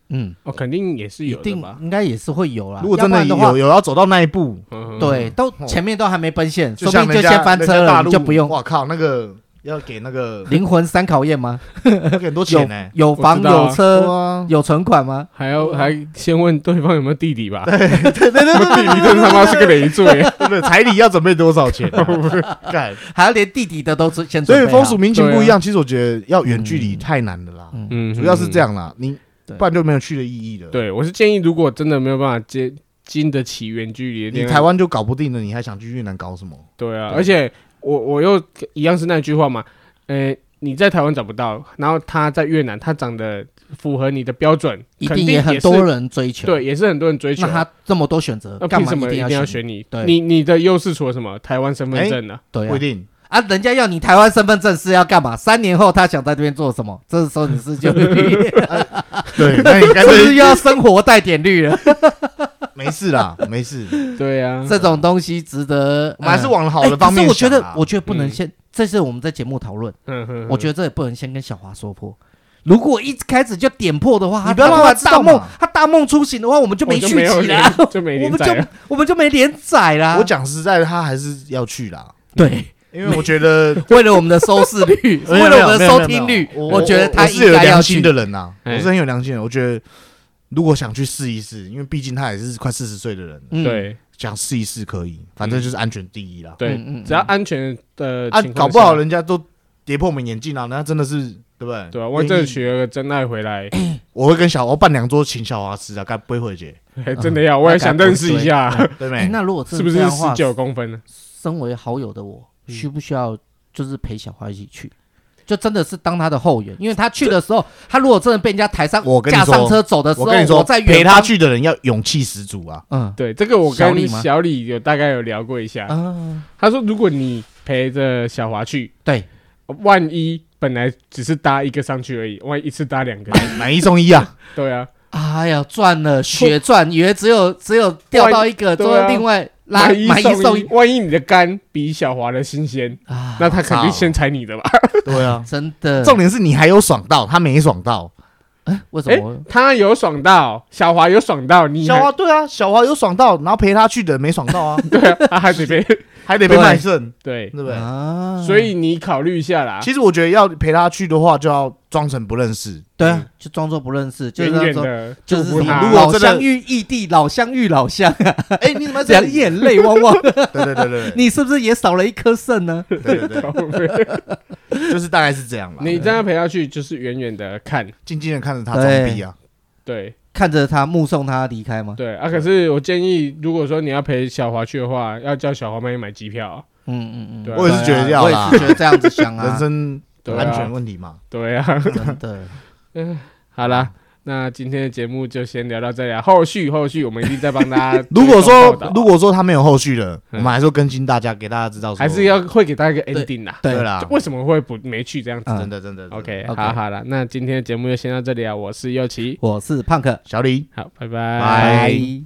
B: 嗯，
A: 哦，肯定也是
B: 一
A: 有的
B: 定
A: 吧？
B: 应该也是会有啦。
C: 如果真
B: 啊要不然
C: 的
B: 的话
C: 有，有要走到那一步，哦
A: 嗯，
B: 对，都前面都还没奔现，说不
C: 像
B: 定就
C: 人家
B: 先翻车
C: 人家
B: 了，
C: 大
B: 你
C: 陆
B: 就不用
C: 哇靠，那个要给那个
B: 灵魂三考验吗？
C: 要给很多
B: 有
C: 钱呢。
B: 有
A: 我
B: 房
A: 知道啊
B: 有车
C: 啊，
B: 有存款吗？
A: 还要还先问对方有没有弟 弟吧？
C: 对对对
A: 我弟弟真他妈是个累赘。
C: 对对，彩礼要准备多少钱啊？干，
B: 还要连弟弟的都先
C: 所
B: 准
C: 以
B: 备好
C: 风俗民情不一样，其实我觉得要远距离太难了啦，
A: 嗯，
C: 主要是这样啦，你
B: 对
C: 不然就没有去的意义了。
A: 对，我是建议，如果真的没有办法接经得起远距离的
C: 你
A: 恋爱，
C: 台湾就搞不定了，你还想去越南搞什么？
A: 对啊，而且我我又一样是那句话嘛，呃，你在台湾找不到，然后他在越南，他长得符合你的标准，
B: 一
A: 肯
B: 定
A: 定
B: 也
A: 也
B: 很
A: 是
B: 多，人追求。，
A: 对，也是很多人追求啊
B: 那。他这么多选择，
A: 那
B: 干
A: 凭
B: 嘛
A: 什么
B: 定
A: 定
B: 要
A: 要
B: 选？
A: 选你
B: 对？
A: 你你的优势除了什么？台湾身份证呢？
B: 对
C: 不一
B: 啊，
C: 定，
B: 啊，人家要你台湾身份证是要干嘛？三年后他想在这边做什么？这时候你是就是
C: 对，那你干
B: 不是
C: 脆
B: 又要生活带点绿了？
C: 没事啦，没事，
A: 对啊，
B: 这种东西值得，
C: 我们还是往好
B: 哎
C: 的方
B: 可
C: 面
B: 是我觉
C: 想
B: 得
C: 啦，
B: 我觉得不能
A: 嗯
B: 先，这是我们在节目讨论，
A: 我
B: 我觉得这也不能先跟小华说破。如果一开始就点破的话，他
C: 你不要
B: 他
C: 让他
B: 妈
C: 知道
B: 大梦
C: 嘛，
B: 他大梦初醒的话，我们就没
A: 就
B: 续
A: 没有
B: 集
A: 连
B: 啦，
A: 就没
B: 我
A: 连
B: 们
A: 载
B: 就
A: 了。
B: 我们就没连载啦。
C: 我讲实在的，他还是要去啦，
B: 对，
C: 因为我觉得
B: 为了我们的收视率，
C: 没有
B: 为了我们的
C: 没有没有
B: 收听率
C: 没，有
B: 我觉得他
C: 我是
B: 应
C: 有
B: 该要
C: 良心
B: 去
C: 的。人呐，
A: 哎
C: 我是很有良心的，我觉得如果想去试一试，因为毕竟他也是快四十岁的人，
B: 嗯，
A: 对
C: 想试一试可以，反正就是安全第一啦。
A: 对
B: 嗯嗯，
A: 只要安全
B: 嗯
A: 的
C: 啊
A: 情，
C: 搞
A: 况
C: 不好
A: 下
C: 人家都跌破我们眼镜啊了，那真的是对不对？
A: 对啊，万正
C: 愿意
A: 娶了个真爱回来，
C: 我会跟小我办两桌请小华吃啊，干不会 回绝，
A: 哎真的
B: 嗯
A: 要，我也想认识一下，
C: 对
B: 哎
C: 没？
B: 那如果
A: 是
B: 真
A: 不
B: 的这
A: 是
B: 样的
A: 十
B: 话，
A: 九公分呢？
B: 身为好友的我，
A: 嗯
B: 需不需要就是陪小花一起去？就真的是当他的后援，因为他去的时候，他如果真的被人家抬上
C: 我跟你
B: 架
C: 说
B: 上车走的时候，
C: 我跟你说，
B: 在
C: 陪
B: 远
C: 他
B: 方，
C: 去的人要勇气十足啊！
B: 嗯
A: 对，这个我
B: 小李
A: 跟
B: 吗
A: 小李有大概有聊过一下，
B: 啊，
A: 他说，如果你陪着小华去，
B: 对，
A: 万一本来只是搭一个上去而已，万一一次搭两 个，
C: 买一送一啊！
A: 对啊，
B: 哎呀，赚了血赚，以为只有只有钓到一个，之
A: 对
B: 后
A: 啊
B: 另外拉
A: 一
B: 买一送
A: 送
B: 一，
A: 万一你的肝比小华的新鲜，
B: 啊，
A: 那他肯定
C: 操
A: 先踩你的吧？
C: 对啊，
B: 真的，
C: 重点是你还有爽到，他没爽到。
B: 为什
A: 哎
B: 么？，
A: 他有爽到，小华有爽到，你
C: 小华对啊，小华有爽到，然后陪他去的人没爽 到啊，
A: 对啊，他还得 被
C: 还得被卖肾，
A: 对，
C: 对不对？
B: 啊
A: 所以你考虑一下啦。
C: 其实我觉得要陪他去的话，就要装成不 认识。
B: 对啊，就装作不认识，就是
A: 远
B: 那
A: 远
B: 种
A: 的
B: 就
A: 祝
B: 是
A: 福
B: 什么
A: 他。
C: 如果
B: 老
C: 真的
B: 相遇异地，老相遇老 相啊，
C: 哎，你怎么在
B: 两
C: 这里？
B: 眼泪汪汪，
C: 对对 对对
B: 你是不是也少了一颗肾呢？
C: 对对对
A: 靠 背
C: 对，就是大概是这样吧。
A: 你这样陪他去，就是远远的看，
C: 静静的看着他装逼啊，
A: 对
B: 看着他目送他离开吗？
A: 对啊。可是我建议，如果说你要陪小华去的话，要叫小华帮你买机票啊。
B: 嗯嗯
A: 对
B: 嗯，
A: 啊
C: 我也是觉得要
B: 我
C: 啦
B: 也是，觉得这样子想
C: 人
B: 啊，
C: 身
A: 对
C: 安全
A: 啊，
C: 问题嘛。
A: 对啊。
B: 真的。
A: 好啦，那今天的节目就先聊到这里啊。后续后续，我们一定再帮大家
C: 如
A: 追踪
C: 果说
A: 报道啊。
C: 如果说他没有后续了，我
A: 嗯
C: 们还是会更新大家，给大家知道说，
A: 还是要会给大家一个 ending 啦。
C: 对啊啦
A: 就，为什么会不没去这样子
B: 嗯
C: 真的真的真的
A: ？OK，
B: OK
A: 好好了，那今天的节目就先到这里啊。我是右奇，
B: 我是胖克，
C: 小李。
A: 好，拜
C: 拜
A: 拜。
B: 拜。